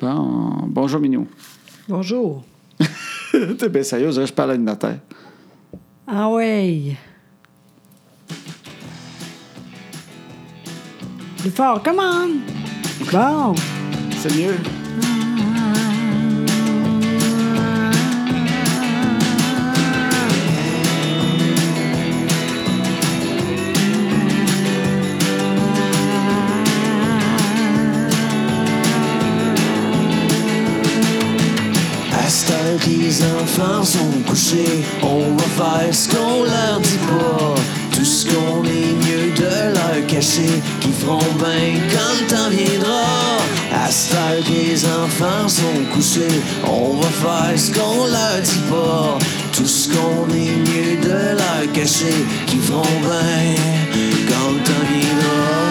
Bon, bonjour Minou. Bonjour. T'es bien sérieuse, hein? je parle à une notaire. Ah ouais. Plus fort, come on. Bon. C'est mieux. À ce temps que les enfants sont couchés, on va faire ce qu'on leur dit pas. Tout ce qu'on est mieux de leur cacher, qu'ils feront bien quand le temps viendra. À ce temps que les enfants sont couchés, on va faire ce qu'on leur dit pas. Tout ce qu'on est mieux de leur cacher, qu'ils feront bien quand le temps viendra.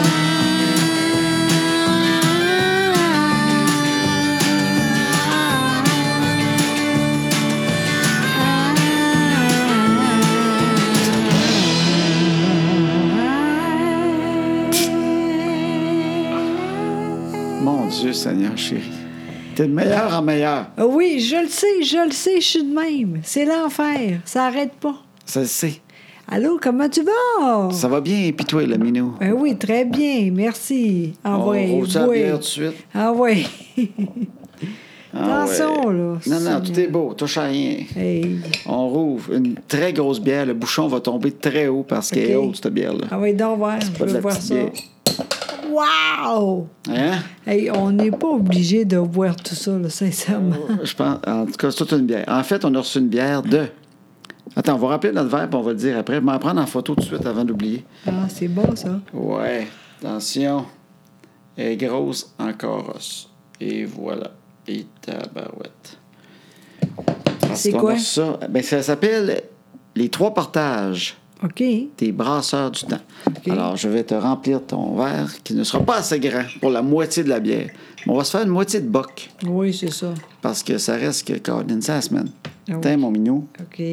Mon Dieu, Seigneur chéri. T'es de meilleur en meilleur. Ah Oui, je le sais, je le sais, je suis de même. C'est l'enfer. Ça arrête pas. Ça le sait. Allô, comment tu vas? Ça va bien, et puis toi, le Minou. Ben oui, très bien, merci. Ah On ouais, roule Oh, ça la ouais. bière tout de suite. Ah ouais. Ah ouais. Attention, là. Non, non, c'est- tout est beau, touche à rien. Hey. On rouvre une très grosse bière. Le bouchon va tomber très haut parce qu'elle est Ok. haute, cette bière-là. Ah oui, donc, voir. Je Pas de veux la voir petite ça. bière. Wow! Hein? Hey, on n'est pas obligé de boire tout ça, là, sincèrement. Je pense, en tout cas, c'est toute une bière. En fait, on a reçu une bière de. Attends, on va rappeler notre verre, puis on va le dire après. Je vais en prendre en photo tout de suite avant d'oublier. Ah, c'est bon, ça. Ouais, attention. Elle est grosse en carrosse. Et voilà. Et tabarouette. Parce C'est qu'on a quoi? Ça, ben, ça s'appelle Les Trois Partages OK. des brasseurs du temps. Alors, je vais te remplir ton verre qui ne sera pas assez grand pour la moitié de la bière. On va se faire une moitié de boc Oui, c'est ça. parce que ça reste que Cardin ça la semaine. Ah oui. Tiens, mon minou, OK.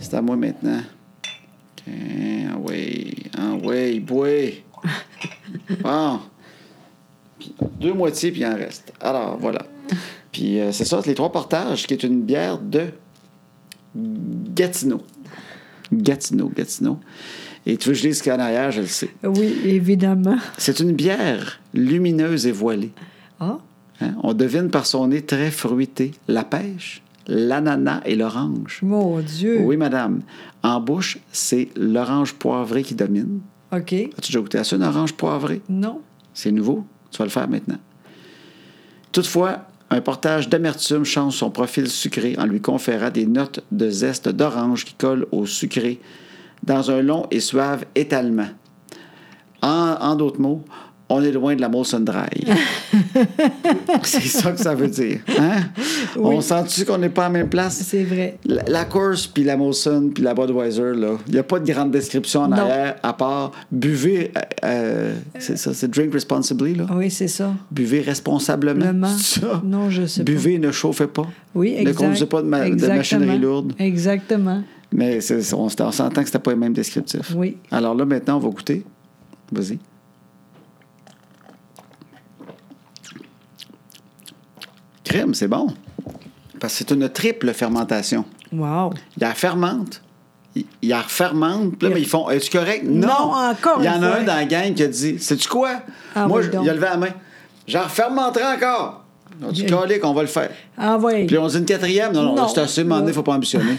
c'est à moi maintenant. OK, Ah oui, ah oui, boy. Bon. Puis, deux moitiés, puis il en reste. Alors, voilà. Puis euh, c'est ça, c'est les trois portages, qui est une bière de Gatineau. Gatineau, Gatineau. Et tu veux que je lise ce qu'il y a en arrière, je le sais. Oui, évidemment. C'est une bière lumineuse et voilée. Ah, Hein? On devine par son nez très fruité la pêche, l'ananas et l'orange. mon Dieu. Oui, madame. En bouche, c'est l'orange poivrée qui domine. OK. As-tu déjà goûté à ça, une orange poivrée? Non. C'est nouveau. Tu vas le faire maintenant. Toutefois, un portage d'amertume change son profil sucré en lui conférant des notes de zeste d'orange qui collent au sucré dans un long et suave étalement. En, en d'autres mots, on est loin de la Molson Dry. C'est ça que ça veut dire. hein? On sent-tu qu'on n'est pas à la même place? C'est vrai. La, la course, puis la Molson, puis la Budweiser, là, il n'y a pas de grande description en Non. arrière, à part buvez, euh, euh, c'est ça, c'est drink responsibly, là. Ah Oui, c'est ça. Buvez responsablement. Le Mans. C'est ça. Non, je sais pas. Buvez, ne chauffez pas. Oui, Ne exact. conduisez pas de, ma- de Exactement. machinerie lourde. Exactement. Mais c'est- on, s'entend- on s'entend que c'était pas le même descriptif. Oui. Alors là, maintenant, on va goûter. Vas-y. Crème, c'est bon. Parce que c'est une triple fermentation. Wow. Il la fermente. Il, il la fermente. Puis là, mais ils font Est-ce correct? Non! Non, encore Il y en une a fois. un dans la gang qui a dit Sais-tu quoi? Ah Moi, oui, je- donc. il a levé la main. J'en refermenterai encore. On dit Bien. Calique, on va le faire. Ah, ouais. Puis on dit une quatrième. Non, non, Non. c'est assez, mais il ne faut pas ambitionner.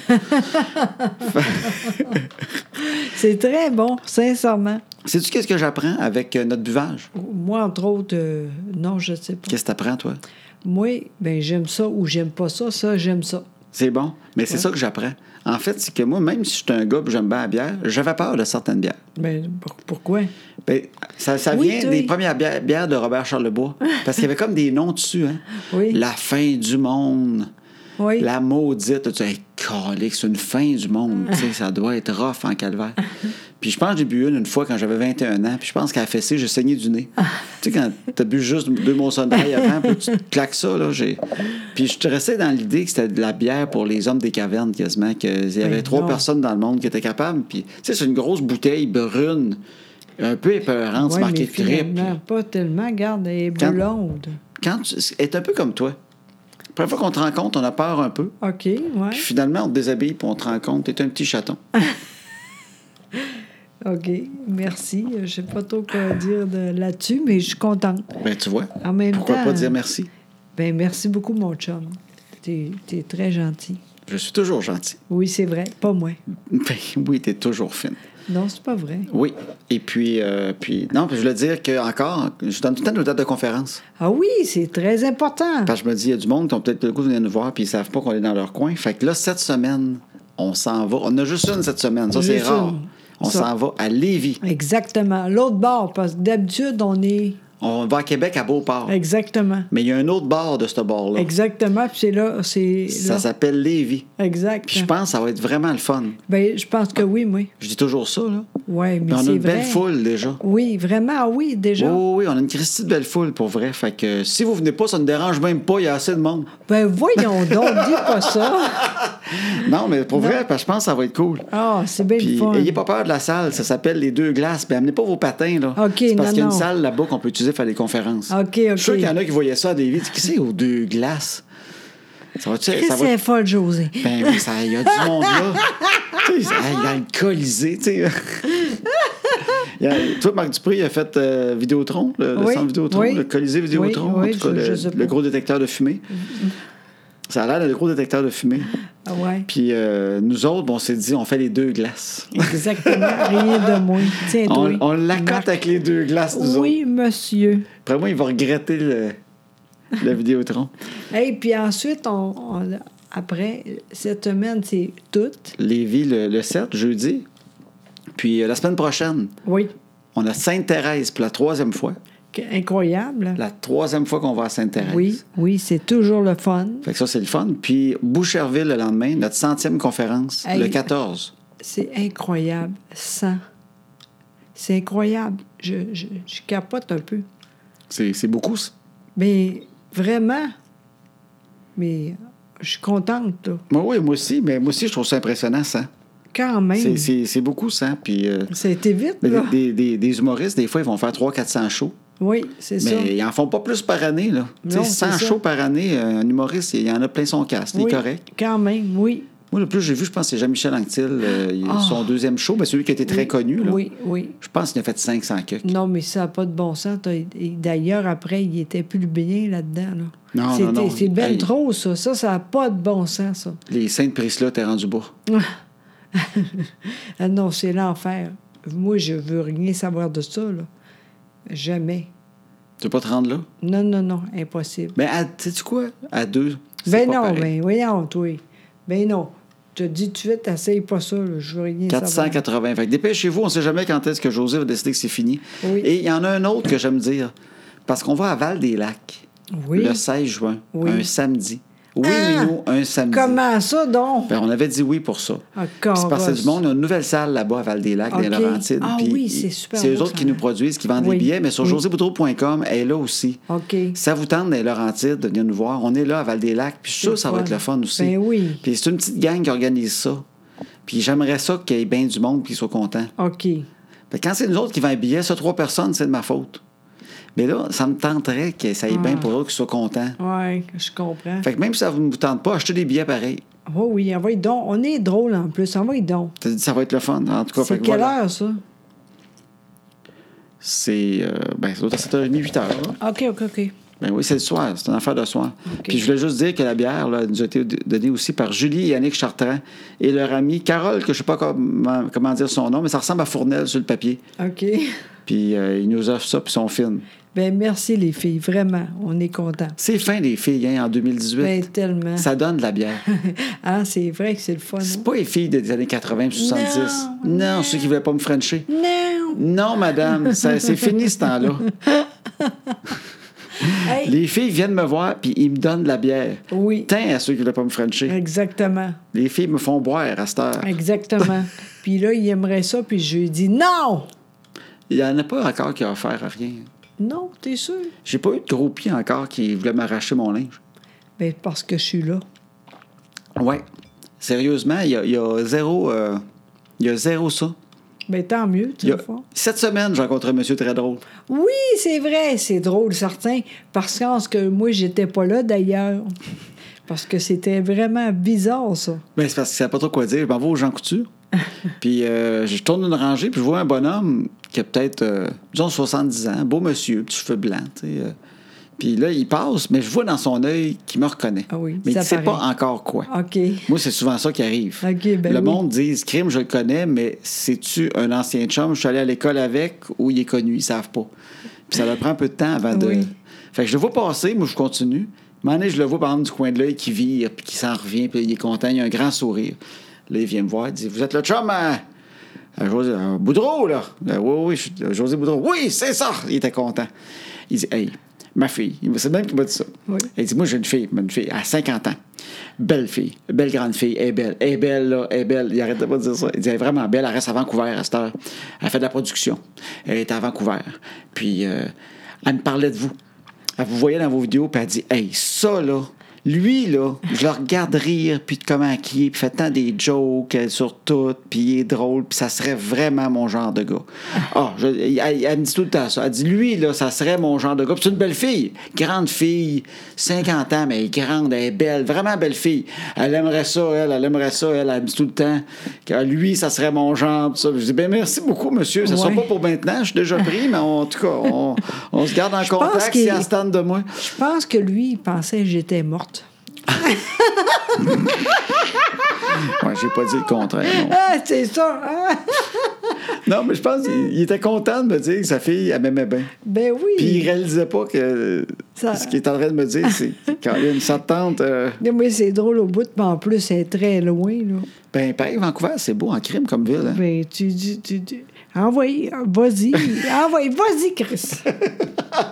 C'est très bon, sincèrement. Sais-tu qu'est-ce que j'apprends avec euh, notre buvage? Moi, entre autres, euh, non, je sais pas. Qu'est-ce que t'apprends, toi? Moi, ben j'aime ça ou j'aime pas ça. Ça, j'aime ça. C'est bon. Mais c'est ça que j'apprends. En fait, c'est que moi, même si je suis un gars et j'aime bien la bière, j'avais peur de certaines bières. Ben, pour- pourquoi? Ben, ça ça Oui, vient toi, des il- premières bières, bières de Robert Charlebois. Parce qu'il y avait comme des noms dessus. Hein? Oui. La fin du monde. Oui. La maudite. Tu sais, calique, c'est une fin du monde. tu sais, ça doit être rough en calvaire. puis je pense que j'ai bu une une fois quand j'avais 21 ans. Puis je pense qu'à la fessée, j'ai saigné du Ah. nez. tu sais, quand t'as bu juste deux mots sondailles avant, puis tu te claques ça. Là, j'ai... Puis je te restais dans l'idée que c'était de la bière pour les hommes des cavernes quasiment. Qu'il y avait Ben trois non. personnes dans le monde qui étaient capables. Puis tu sais, c'est une grosse bouteille brune. Un peu épeurante, c'est Ouais, marqué mais trip. finalement, pas tellement. Garde, elle est Quand- blonde. Quand tu- est un peu comme toi. La première fois qu'on te rencontre, on a peur un peu. OK, ouais. Puis finalement, on te déshabille puis on te rend compte, t'es un petit chaton. OK, merci. Je sais pas trop quoi dire de- là-dessus, mais je suis contente. Ben, tu vois. En même Pourquoi temps- pas dire merci? Ben merci beaucoup, mon chum. T'es t'es très gentil. Je suis toujours gentil. Oui, c'est vrai, pas moi. Ben oui, t'es toujours fine. Non, c'est pas vrai. Oui. Et puis, euh, puis non, puis je voulais dire que encore, je donne tout le temps nos dates de conférence. Ah oui, c'est très important. Parce que je me dis, il y a du monde qui ont peut-être le goût de venir nous voir, puis ils savent pas qu'on est dans leur coin. Fait que là, cette semaine, on s'en va. On a juste une cette semaine. Ça, c'est Juste rare. une. On Ça. s'en va à Lévis. Exactement. L'autre bord, parce que d'habitude, on est. On va à Québec, à Beauport. Exactement. Mais il y a un autre bar de ce bar-là. Exactement, puis c'est là. C'est Ça là. s'appelle Lévis. Exact. Puis je pense que ça va être vraiment le fun. Ben, je pense que oui, moi. Je dis toujours ça, là. Oui, mais Puis Ben, on a c'est une vrai. belle foule Oh. déjà. Oui, vraiment, ah oui, Oui, déjà. oui, oui, on a une Christie de belle foule pour vrai. Fait que si vous venez pas, ça ne dérange même pas, il y a assez de monde. Ben voyons donc, dis pas ça. Non, mais pour vrai, parce que je pense que ça va être cool. Ah, c'est bien le Puis fun. ayez pas peur de la salle, ça s'appelle les deux glaces. Mais amenez pas vos patins, là. OK, C'est parce non, qu'il y a une non. salle là-bas qu'on peut utiliser pour faire des conférences. OK, Je OK. suis sûr qu'il y en a qui voyaient ça à des vies. Qui c'est aux deux glaces? Ça va-tu Qu'est-ce ça que va- c'est folle, José? Ben oui, ça- il y a du monde là. Tu sais, Il y a le colisée, tu sais. Il y a- Toi, Marc Dupré, il a fait euh, Vidéotron, le, le Oui, centre Vidéotron, oui. le colisée Vidéotron, Oui, oui, en tout cas, je- je le, sais pas. le gros détecteur de fumée. Ça a l'air d'un gros détecteur de fumée. Ah ouais. Puis euh, nous autres, bon, on s'est dit, on fait les deux glaces. Exactement, rien de moins. Tiens, On, toi. on l'accote Marc. avec les deux glaces, nous autres. Oui, monsieur. Après moi, il va regretter le, le Vidéotron. Et puis ensuite, on, on- après, cette semaine, c'est tout. Lévis, le, le 7, jeudi. Puis euh, la semaine prochaine, Oui. on a Sainte-Thérèse pour la troisième fois. Que- Incroyable. La troisième fois qu'on va à Sainte-Thérèse. Oui, oui, c'est toujours le fun. Fait que ça, c'est le fun. Puis Boucherville, le lendemain, notre centième conférence, Hey. le 14. C'est incroyable. 100. C'est incroyable. Je, je, je capote un peu. C'est c'est beaucoup, ça. Mais vraiment, mais je suis contente, là. Moi, oui, moi aussi, mais moi aussi, je trouve ça impressionnant, ça. Mm. Quand C'est- même. C'est c'est beaucoup, ça. Puis euh, Ça a été vite, mais là. des, des- des- des humoristes, des fois, ils vont faire 300-400 shows. Oui, c'est ça. Mais ils en font pas plus par année, là. Tu sais, Non, 100 c'est ça. shows par année, euh, un humoriste, il y en a plein son casque. Il Oui, est correct. Quand même, oui. Moi, le plus que j'ai vu, je pense, c'est Jean-Michel Anctil, euh, il- son deuxième show, mais celui qui était très connu, là. Ah. Oui, oui. Je pense qu'il a fait 500 cucs. Non, mais ça n'a pas de bon sens. T'as- et D'ailleurs, après, il était plus bien là-dedans. Là. Non, C'était- non, non. C'est ben Hey. trop, ça. Ça, ça n'a pas de bon sens, ça. Les saints de Priscilla, t'es rendu bas. Ah non, c'est l'enfer. Moi, je veux rien savoir de ça, là. Jamais. Tu veux pas te rendre là? Non, non, non, impossible. Mais à- sais-tu quoi? À deux, c'est Ben pas non, pareil. ben voyons, toi. Ben non. Je te dis tout de suite, essaye pas ça, là. Je veux rien savoir. 480. Fait que dépêchez-vous, on sait jamais quand est-ce que José va décider que c'est fini. Oui. Et il y en a un autre que j'aime dire. Parce qu'on va à Val-des-Lacs Oui. le 16 juin, Oui. un samedi. Oui, Ah! Minou, un samedi. Comment ça, donc? Ben, on avait dit oui pour ça. Ah, C'est parce que carrosse. du monde, il y a une nouvelle salle là-bas à Val-des-Lacs, dans les OK. Laurentides. Ah Puis oui, c'est super C'est eux beau, autres ça. qui nous produisent, qui vendent les Oui. billets, mais sur Oui. joséboutreau.com, elle est là aussi. OK. Ça vous tente les Laurentides de venir nous voir. On est là à Val-des-Lacs, puis je suis sûr que ça va fun. être le fun aussi. Ben oui. Puis c'est une petite gang qui organise ça. Puis j'aimerais ça qu'il y ait bien du monde puis qu'ils soient contents. OK. Fait que Ben, quand c'est nous autres qui vendons un billet, ça, trois personnes, c'est de ma faute. Mais là, ça me tenterait que ça aille bien Ah. pour eux, qu'ils soient contents. Ouais, je comprends. Fait que même si ça ne vous tente pas, achetez des billets pareils. Oh oui, envoie donc. On est drôle en plus. Envoie donc. Ça, ça va être le fun, en tout cas. C'est fait que quelle voilà. heure, ça? C'est, euh, ben, ça doit être 7h30, 8h. là. OK, OK, OK. hein. Ben oui, c'est le soir. C'est une affaire de soir. Puis je voulais juste dire que la bière là, nous a été donnée aussi par Julie et Yannick Chartrand et leur amie Carole, que je ne sais pas comment, comment dire son nom, mais ça ressemble à Fournel sur le papier. OK. Puis euh, ils nous offrent ça, puis ils sont fines. Ben merci, les filles. Vraiment, on est contents. C'est fin, les filles, hein, en 2018. Ben tellement. Ça donne de la bière. Ah, c'est vrai que c'est le fun. C'est hein? pas les filles des années 80 70. Non, Non, non. ceux qui voulaient pas me frencher. Non! Non, madame, ça- c'est fini ce temps-là. Hey! Les filles viennent me voir, puis ils me donnent de la bière. Oui. Tant à ceux qui voulaient pas me frencher. Exactement. Les filles me font boire à cette heure. Exactement. puis là, il aimerait ça, puis je lui ai dit non! Il y en a pas encore qui a offert à rien. Non, t'es sûr? J'ai pas eu de gros pieds encore qui voulaient m'arracher mon linge. Ben parce que je suis là. Ouais. Sérieusement, il y, a- il y a zéro... euh, Il y a zéro ça. Mais Ben, tant mieux, tu Il y a- vois. Cette semaine, j'ai rencontré un monsieur très drôle. Oui, c'est vrai, c'est drôle, certain, parce que moi, j'étais pas là d'ailleurs. Parce que c'était vraiment bizarre, ça. Ben, c'est parce que je savais pas trop quoi dire. Je m'en vais aux gens coutus. puis euh, je tourne une rangée, puis je vois un bonhomme qui a peut-être, euh, disons, 70 ans, beau monsieur, petit cheveux blancs, tu sais. euh. Puis là, il passe, mais je vois dans son œil qu'il me reconnaît. Ah oui, mais il ça ne sait pas paraît. Ah, encore quoi. OK. Moi, c'est souvent ça qui arrive. OK, ben le oui. monde dit crime, je le connais, mais c'est-tu un ancien chum, je suis allé à l'école avec ou il est connu, ils savent pas. Puis ça leur prend un peu de temps avant de. Oui. Fait que je le vois passer, moi je continue. Mais donné, je le vois par exemple du coin de l'œil qui vire, puis qui s'en revient, puis il est content, il a un grand sourire. Là, il vient me voir, il dit Vous êtes le chum à, à José à Boudreau, là Ben, Oui, oui, je suis- euh, José Boudreau. Oui, c'est ça Il était content. Il dit Hey, ma fille, Il- c'est le même qui m'a dit ça. Oui. Il dit Moi, j'ai une fille, une fille à 50 ans. Belle fille, belle grande fille, elle est belle, elle est belle, là, elle est belle. Il arrêtait pas de dire ça. Il dit Elle est vraiment belle, elle reste à Vancouver à cette heure. Elle fait de la production. Elle est à Vancouver. Puis, euh, elle me parlait de vous. Elle vous voyait dans vos vidéos, puis elle dit Hey, ça, là, lui, là, je le regarde rire, puis de comment qui est, puis fait tant des jokes euh, sur tout, puis il est drôle, puis ça serait vraiment mon genre de gars. Ah, je- elle, elle me dit tout le temps ça. Elle dit, lui, là, ça serait mon genre de gars. Puis c'est une belle fille, grande fille, 50 ans, mais elle est grande, elle est belle, vraiment belle fille. Elle aimerait ça, elle, elle aimerait ça, elle, elle me dit tout le temps que lui, ça serait mon genre, tout ça. Je dis, ben merci beaucoup, monsieur. Ça sera Ouais. pas pour maintenant, je suis déjà pris, mais en tout cas, on, on se garde en pense contact qu'il- si elle se tente de moi. Je pense que lui, il pensait que j'étais morte. Ouais, j'ai pas dit le contraire, non. Ah, c'est ça! hein? Non, mais je pense qu'il il était content de me dire que sa fille, elle m'aimait bien. Ben oui! Puis il réalisait pas que Ça- hein. ce qu'il est en train de me dire, c'est quand il y a une sortante. euh, Non, mais c'est drôle au bout, mais en plus, c'est très loin, là. ben, pareil, Vancouver, c'est beau en crime comme ville. hein. Ben, tu dis... Tu, tu- Envoyez, vas-y, envoyez, vas-y, Chris.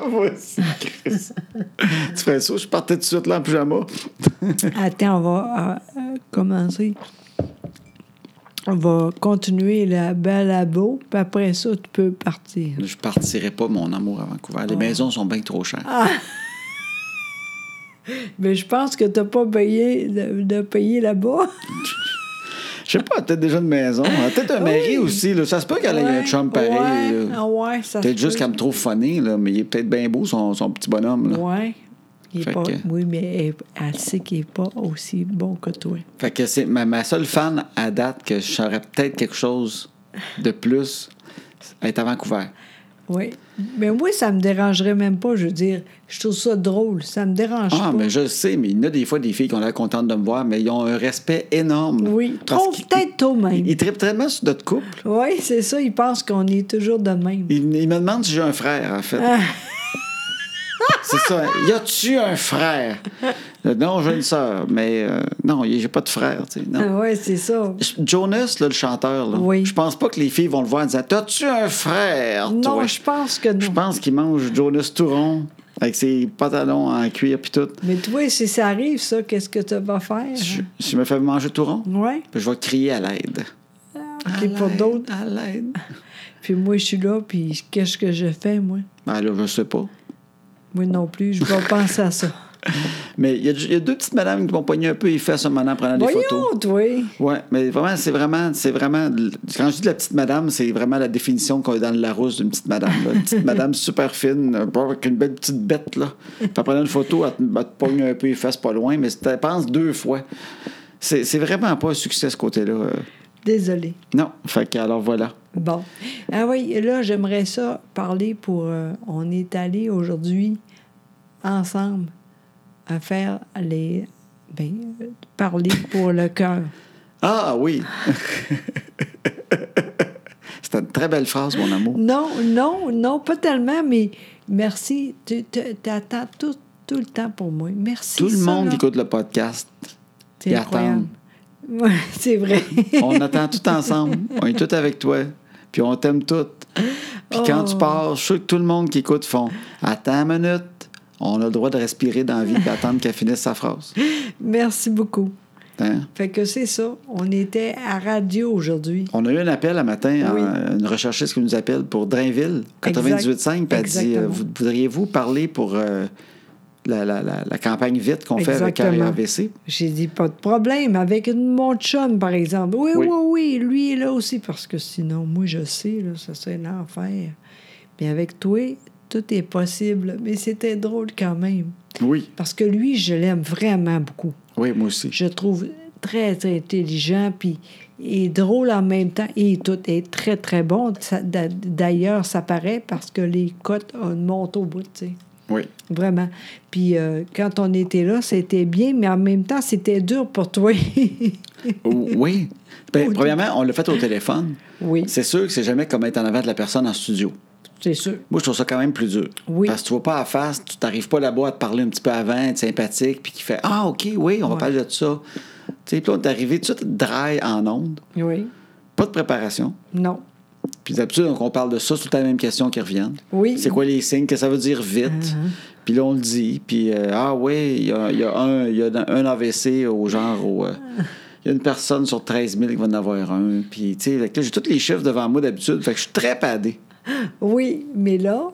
Voici, Chris. tu ferais ça, je partais tout de suite là en pyjama. Attends, on va euh, euh, commencer. On va continuer la balabo, puis après ça, tu peux partir. Je partirais pas, mon amour, à Vancouver. Ah. Les maisons sont bien trop chères. Mais Ben, je pense que t'as pas payé de, de payer là-bas. Je sais pas, peut-être déjà une maison. hein. Peut-être un mari aussi. Là. Ça se peut qu'elle ait un Ouais, chum euh, pareil. là. ouais, ah ouais, ça peut-être se juste peut. qu'elle me trouve funny, là, mais il est peut-être bien beau, son, son petit bonhomme. là. Ouais. Il est Fait pas- que- Oui, mais elle, elle sait qu'il n'est pas aussi bon que toi. Fait que c'est ma, ma seule fan à date que je saurais peut-être quelque chose de plus être à Vancouver. Oui. Mais moi, ça me dérangerait même pas, je veux dire. Je trouve ça drôle. Ça me dérange Ah, pas. mais je le sais, mais il y en a des fois des filles qui ont l'air contentes de me voir, mais ils ont un respect énorme. Oui. Parce Trouve qu'ils- peut-être toi-même. Ils ils trippent tellement sur notre couple. Oui, c'est ça. Ils pensent qu'on est toujours de même. Ils ils me demandent si j'ai un frère, en fait. Ah. C'est ça. Y a-tu un frère? Euh, Non, j'ai une sœur, mais euh, non, j'ai pas de frère, tu sais. Non. Ah, oui, c'est ça. Jonas, là, le chanteur, là, Oui. je pense pas que les filles vont le voir en disant T'as-tu un frère, Non, toi? je pense que non. Je pense qu'il mange Jonas Touron avec ses pantalons en cuir puis tout. Mais toi, si ça arrive, ça, qu'est-ce que tu vas faire? Je, je me fais manger Touron, Oui, puis je vais crier à l'aide. puis Mm. Ah, pour d'autres. À l'aide. Puis moi, je suis là, puis qu'est-ce que je fais, moi? Ben là, je sais pas. Moi non plus, je vais penser à ça. Mais il y, a- il y a deux petites madames qui m'ont pogné un peu les fesses un moment en prenant des photos. Voyons, toi! Ouais, mais vraiment, c'est vraiment, c'est vraiment. Quand je dis de la petite madame, c'est vraiment la définition qu'on a dans le Larousse d'une petite madame. là. Une petite madame super fine, euh, brr, avec une belle petite bête, là. Puis elle prenait une photo, elle te, elle te pogne un peu les fesses pas loin, mais c'était- elle pense deux fois. C'est c'est vraiment pas un succès, ce côté-là. euh. Désolée. Non. Fait que, alors voilà. Bon. Ah oui, là, j'aimerais ça parler pour... euh, on est allé aujourd'hui, ensemble, à faire les... Ben, euh, parler pour le cœur. Ah oui! C'était une très belle phrase, mon amour. Non, non, non, pas tellement, mais merci. Tu tu- t'attends tout, tout le temps pour moi. Merci. Tout le ça, monde là. qui écoute le podcast, C'est Ils incroyable. Ouais, c'est vrai. on attend tout ensemble. On est tous avec toi. Puis on t'aime toutes. Puis quand Oh. tu pars, je suis sûr que tout le monde qui écoute font Attends une minute. On a le droit de respirer dans la vie et attendre qu'elle finisse sa phrase. Merci beaucoup. Hein? Fait que c'est ça. On était à radio aujourd'hui. On a eu un appel un matin, Oui. à une recherchiste qui nous appelle pour Drainville, 98.5, puis elle dit euh, Exactement. Vous- Voudriez-vous parler pour euh, la, la- la- la campagne vite qu'on fait avec Exactement. AVC. J'ai dit pas de problème avec une, mon chum, par exemple. Oui, Oui. oui, oui, lui est là aussi, parce que sinon, moi, je sais, là, ça serait l'enfer. Mais avec toi, tout est possible. Mais c'était drôle quand même. Oui, Parce que lui, je l'aime vraiment beaucoup. oui, moi aussi. Je le trouve très, très intelligent, puis il est drôle en même temps, et tout est très, très bon. Ça- d'a- D'ailleurs, ça paraît parce que les cotes euh, montent au bout, tu sais. Oui. Vraiment. Puis euh, quand on était là, c'était bien, mais en même temps, c'était dur pour toi. Ou- Oh, oui. Ben, premièrement, on l'a fait au téléphone. Oh, oui, C'est sûr que c'est jamais comme être en avant de la personne en studio. c'est sûr. Moi, je trouve ça quand même plus dur. Oui. Parce que tu vois pas à face, tu t'arrives pas là-bas à te parler un petit peu avant, être sympathique, puis qui fait Ah, OK, oui, on va Ouais. parler de ça. Tu sais, puis là, on est arrivé tout de suite dry en ondes, Oui. pas de préparation. Non. Puis d'habitude, donc, on parle de ça, c'est tout le temps la même question qui revient. Oui. Ah, C'est quoi les signes? Qu'est-ce que ça veut dire vite? Puis là, on le dit. Puis, euh, ah oui, il y a, il y a un, il y a un AVC au genre au, euh, il y a une personne sur 13 000 qui va en avoir un. Puis, tu sais, fait que là, j'ai tous les chiffres devant moi d'habitude. Fait que je suis très padé. Oui, mais là,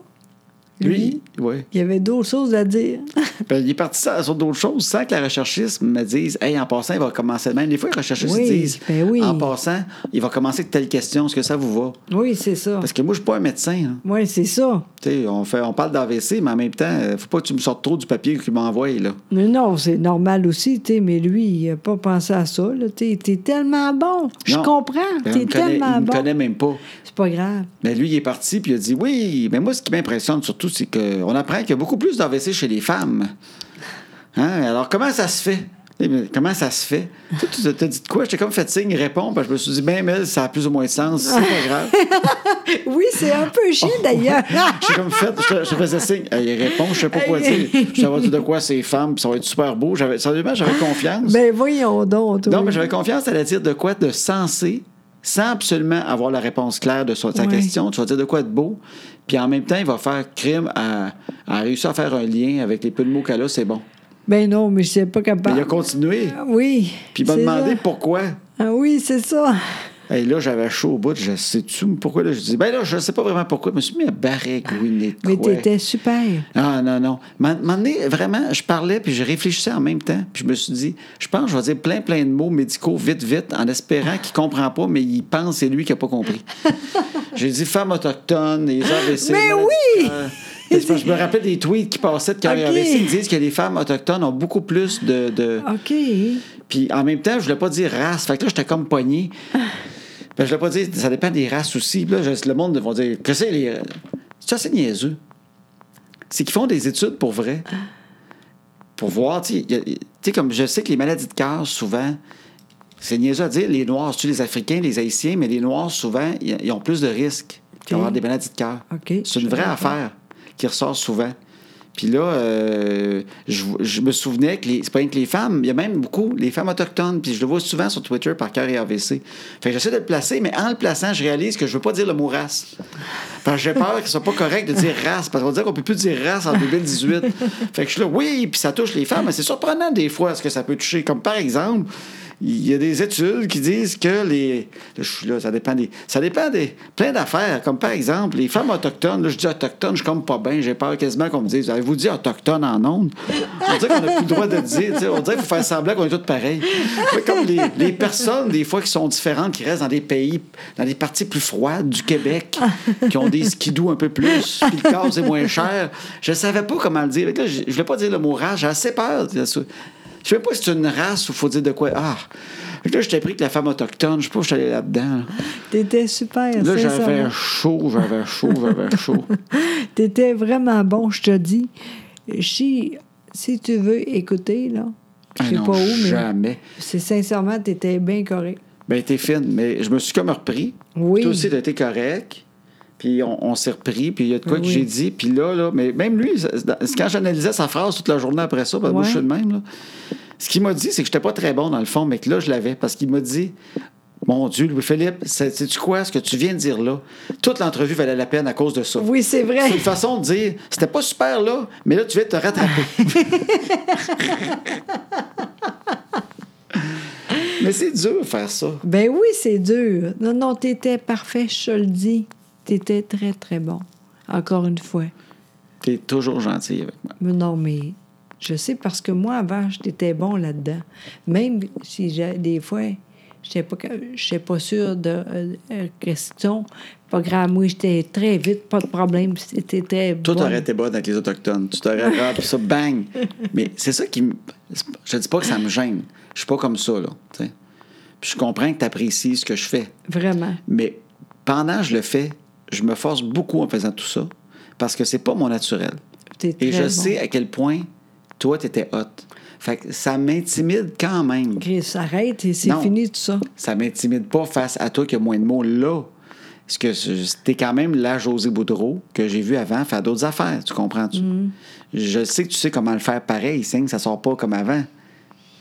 lui, Lui, oui. il y avait d'autres choses à dire. Ben, il est parti sur sur d'autres choses sans que la recherchiste me dise Hey, en passant, il va commencer de même. Des fois, les recherchistes Oui, ils disent ben oui. En passant, il va commencer avec telle question, est-ce que ça vous va? oui, c'est ça. Parce que moi, je suis pas un médecin. hein. Oui, c'est ça. Tu sais, On, fait, on parle d'AVC, mais en même temps, euh, faut pas que tu me sortes trop du papier que tu m'envoies. là. Mais non, c'est normal aussi, tu sais, mais lui, il n'a pas pensé à ça. là, Tu sais, t'es tellement bon. Je Non. comprends. Ben, il Ah, T'es me connaît- tellement Il me bon. connaît même pas. C'est pas grave. Mais lui, il est parti, puis il a dit Oui, mais moi, ce qui m'impressionne surtout, c'est qu'on apprend qu'il y a beaucoup plus d'AVC chez les femmes. Hein? Alors, comment ça se fait Eh bien, Comment ça se fait Tu sais, Tu t'as dit de quoi J'étais comme fait signe, réponds, parce que je me suis dit Ben, mais ça a plus ou moins de sens, c'est pas grave. Oui, c'est un peu chiant Oh, d'ailleurs. J'ai comme fait, je, je faisais signe, il répond, je sais pas quoi dire. Je savais dire de quoi ces femmes, puis ça va être super beau. J'avais, sérieusement, j'avais confiance. ben voyons donc. Non, oui. mais j'avais confiance, elle allait dire de quoi de sensé, sans absolument avoir la réponse claire de, so- de sa Ouais. question. Tu vas dire de quoi de beau, puis en même temps, il va faire crime à, à réussir à faire un lien avec les peu de mots qu'elle a, c'est bon. Ben non, mais je sais pas Mais capable. il a continué, Ah Oui. puis il m'a c'est demandé ça. pourquoi. Ah oui, c'est ça. Et là, j'avais chaud au bout, je sais-tu pourquoi? Là, je dis, ben là, je sais pas vraiment pourquoi, je me suis mis à baragouiner de Mais quoi. t'étais super. Ah non, non. M'en m'en est- vraiment, je parlais puis je réfléchissais en même temps. Puis je me suis dit, je pense que je vais dire plein, plein de mots médicaux vite, vite, en espérant qu'il ne comprend pas, mais il pense que c'est lui qui n'a pas compris. J'ai dit femmes autochtones, les AVC. Mais maladies oui! du cœur. Mais c'est Ah. parce que je me rappelle des tweets qui passaient de quand les Ok. AVC, ils disent que les femmes autochtones ont beaucoup plus de. de- OK. Puis en même temps, je ne voulais pas dire race. Fait que là, j'étais comme pogné. Ben, je ne l'ai pas dit, ça dépend des races aussi. Puis Là, je- le monde va dire que c'est les. C'est assez niaiseux. C'est qu'ils font des études pour vrai. Pour voir, tu sais, y a- y- tu sais, comme je sais que les maladies de cœur, souvent, c'est niaiseux à dire, les Noirs, tu les Africains, les Haïtiens, mais les Noirs, souvent, ils ils ont plus de risques d'avoir des maladies de cœur. OK, C'est je une vraie savais pas. affaire qui ressort souvent. Puis là, euh, je, je me souvenais que les- c'est pas rien que les femmes, il y a même beaucoup, les femmes autochtones, puis je le vois souvent sur Twitter par cœur et AVC. Fait que j'essaie de le placer, mais en le plaçant, je réalise que je veux pas dire le mot race. Parce que j'ai peur que ce soit pas correct de dire race, parce qu'on va dire qu'on peut plus dire race en 2018. Fait que je suis là, oui, puis ça touche les femmes, mais c'est surprenant des fois ce que ça peut toucher. Comme par exemple, il y a des études qui disent que les. là, je suis là, ça dépend des. Ça dépend des. Plein d'affaires. Comme par exemple, les femmes autochtones. Là, je dis autochtones, je suis comme pas bien. J'ai peur quasiment qu'on me dise Avez-vous dit autochtone en ondes On dirait qu'on n'a plus le droit de le dire. tu sais. On dirait qu'il faut faire semblant qu'on est tous pareils. Mais comme les, les personnes, des fois, qui sont différentes, qui restent dans des pays, dans des parties plus froides du Québec, qui ont des skidous un peu plus, puis le corps c'est moins cher. Je savais pas comment le dire. Fait que là, je ne voulais pas dire le mot rage. J'ai assez peur. Je sais pas si c'est une race ou faut dire de quoi. Ah! Fait que là, j'étais pris que la femme autochtone, je sais pas où je suis allé là-dedans. T'étais super. Là, j'avais sincèrement. chaud, j'avais chaud, j'avais chaud. T'étais vraiment bon, je te dis. Si, si tu veux écouter, là, je Ah sais non, pas où, mais Jamais. c'est sincèrement, t'étais bien correct. Ben, t'es fine, mais je me suis comme repris. Oui. Toi aussi, t'as été correct. Puis on, on s'est repris, puis il y a de quoi que Oui. j'ai dit. Puis là, là, mais même lui, ça- c'est dans- c'est quand j'analysais sa phrase toute la journée après ça, parce que moi, Ouais. je suis le même, là. Ce qu'il m'a dit, c'est que j'étais pas très bon dans le fond, mais que là, je l'avais, parce qu'il m'a dit. Mon Dieu, Louis-Philippe, sais-tu quoi, ce que tu viens de dire là? Toute l'entrevue valait la peine à cause de ça. Oui, c'est vrai. C'est une façon de dire, c'était pas super là, mais là, tu viens de te rattraper. mais c'est dur de faire ça. Ben oui, c'est dur. Non, non, t'étais parfait, je te le dis. T'étais très, très bon. Encore une fois. T'es toujours gentil avec moi. Mais non, mais Je sais parce que moi, avant, j'étais bon là-dedans. Même si j'ai- des fois, je n'étais pas sûre de euh, euh, question. Pas grave, moi, j'étais très vite, pas de problème. C'était très Toi, bonne. t'aurais été bonne avec les Autochtones. Tu t'aurais rap, puis ça, bang! Mais c'est ça qui. me- Je dis pas que ça me gêne. Je suis pas comme ça, là. tu sais. Puis je comprends que tu apprécies ce que je fais. Vraiment. Mais pendant que je le fais, je me force beaucoup en faisant tout ça parce que c'est pas mon naturel. T'es Et très je bon. sais à quel point toi, tu étais hot. Fait que ça m'intimide quand même. Chris, arrête et c'est Non. fini tout ça. Ça m'intimide pas face à toi qui a moins de mots là. Parce que c'était quand même la José Boudreau que j'ai vu avant faire d'autres affaires, tu comprends-tu? Mm. Je sais que tu sais comment le faire pareil, signe que ça sort pas comme avant.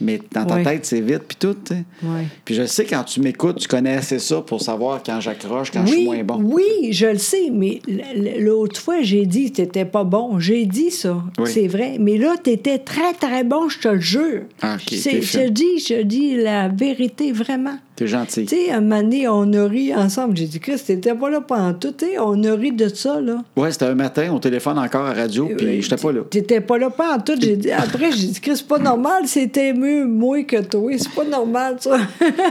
Mais dans ta Ouais. tête, c'est vite, puis tout. tu sais. Ouais. Puis je sais quand tu m'écoutes, tu connais assez ça pour savoir quand j'accroche, quand je suis oui, moins bon. oui, je le sais, mais l- l- l'autre fois, j'ai dit que t'étais pas bon. J'ai dit ça, Oui. c'est vrai. Mais là, t'étais très, très bon, je te le jure. Ah, ok, C'est- t'es je fine. te dis, je te dis la vérité, vraiment. T'es gentil. Tu sais, un moment donné, on a ri ensemble. J'ai dit, Chris, t'étais pas là pendant tout. tu sais, on a ri de ça, là. Ouais, c'était un matin, au téléphone encore à radio, puis j'étais pas là. Euh, T'étais pas là pendant tout. J'ai dit, après, j'ai dit, Chris, c'est pas normal, c'était mieux, moi, que toi. C'est pas normal, ça.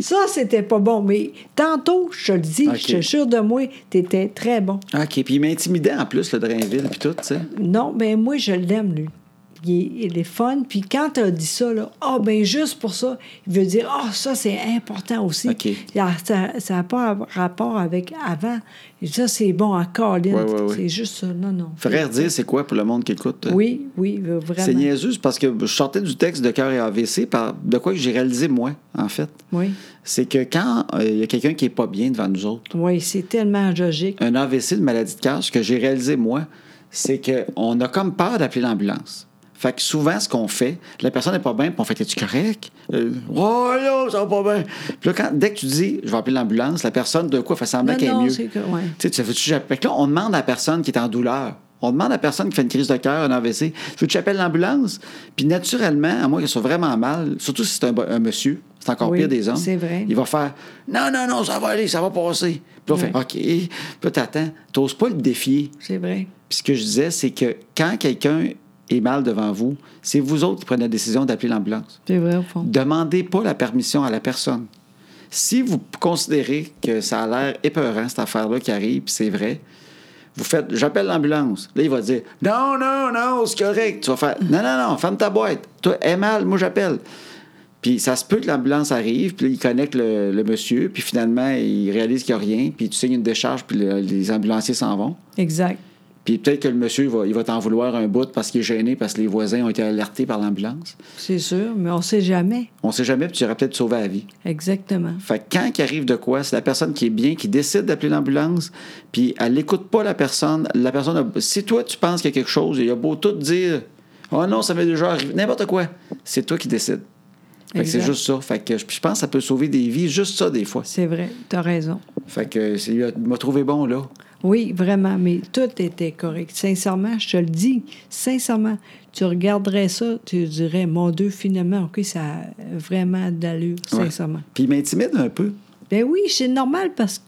ça, c'était pas bon. Mais tantôt, je te le dis, Ok. je suis sûre de moi, t'étais très bon. OK, puis il m'intimidait en plus, le Drainville, puis tout, tu sais. Non, mais moi, je l'aime, lui. Il est, il est fun. Puis quand tu as dit ça, là, ah, ben juste pour ça, il veut dire, ah, ça, c'est important aussi. OK. Ah, Ça ça n'a pas rapport avec avant. Et ça, c'est bon à Colin. Ouais, ouais, ouais. C'est juste ça. Non, non. Frère, dire c'est quoi pour le monde qui écoute? euh, Oui, oui, euh, vraiment. C'est niaiseux, c'est parce que je sortais du texte de Cœur et AVC par de quoi que j'ai réalisé, moi, en fait. Oui, C'est que quand euh, il y a quelqu'un qui est pas bien devant nous autres, oui c'est tellement logique. un AVC, une maladie de cœur, ce que j'ai réalisé, moi, c'est qu'on a comme peur d'appeler l'ambulance. Fait que souvent, ce qu'on fait, la personne n'est pas bien, puis on fait « Es-tu correct? Euh, Oh là, ça va pas bien! » Puis là, quand- dès que tu dis « Je vais appeler l'ambulance », la personne, de quoi, fait semblant Non, qu'elle est Ben non, mieux. c'est que- ouais. Tu sais, tu veux-tu que j'appelle- Fait que là, on demande à la personne qui est en douleur. On demande à la personne qui fait une crise de cœur, un AVC, veux-tu que j'appelle l'ambulance? Puis naturellement, à moins qu'elle soit vraiment mal, surtout si c'est un, bo- un monsieur, c'est encore Oui, pire des hommes. c'est vrai. Il va faire Non, non, non, ça va aller, ça va passer. Puis là, on fait Ouais. OK. Puis là, t'attends. T'oses pas le défier. C'est vrai. Puis ce que je disais, c'est que quand quelqu'un est mal devant vous, c'est vous autres qui prenez la décision d'appeler l'ambulance. C'est vrai, au fond. Demandez pas la permission à la personne. Si vous considérez que ça a l'air épeurant, cette affaire-là qui arrive, puis c'est vrai, vous faites j'appelle l'ambulance. Là, il va dire Non, non, non, c'est correct. Tu vas faire Non, non, non, ferme ta boîte. Toi, aie mal, moi j'appelle. Puis ça se peut que l'ambulance arrive, puis là, il connecte le, le monsieur, puis finalement, il réalise qu'il n'y a rien, puis tu signes une décharge, puis le- les ambulanciers s'en vont. Exact. Puis peut-être que le monsieur, il va, il va t'en vouloir un bout parce qu'il est gêné, parce que les voisins ont été alertés par l'ambulance. C'est sûr, mais on sait jamais. On sait jamais, puis tu aurais peut-être sauvé la vie. Exactement. Fait que quand il arrive de quoi, c'est la personne qui est bien, qui décide d'appeler l'ambulance, puis elle n'écoute pas la personne. La personne, a- si toi tu penses qu'il y a quelque chose, il a beau tout dire, oh non, ça m'est déjà arrivé, n'importe quoi, c'est toi qui décides. Fait que c'est Exact. juste ça. Fait que je je pense que ça peut sauver des vies, juste ça des fois. C'est vrai. T'as raison. Fait que c'est- il m'a trouvé bon là. Oui, vraiment, mais tout était correct. Sincèrement, je te le dis, sincèrement, tu regarderais ça, tu dirais, mon Dieu, finalement, OK, ça a vraiment d'allure, Ouais. sincèrement. Puis il m'intimide un peu. Ben oui, c'est normal parce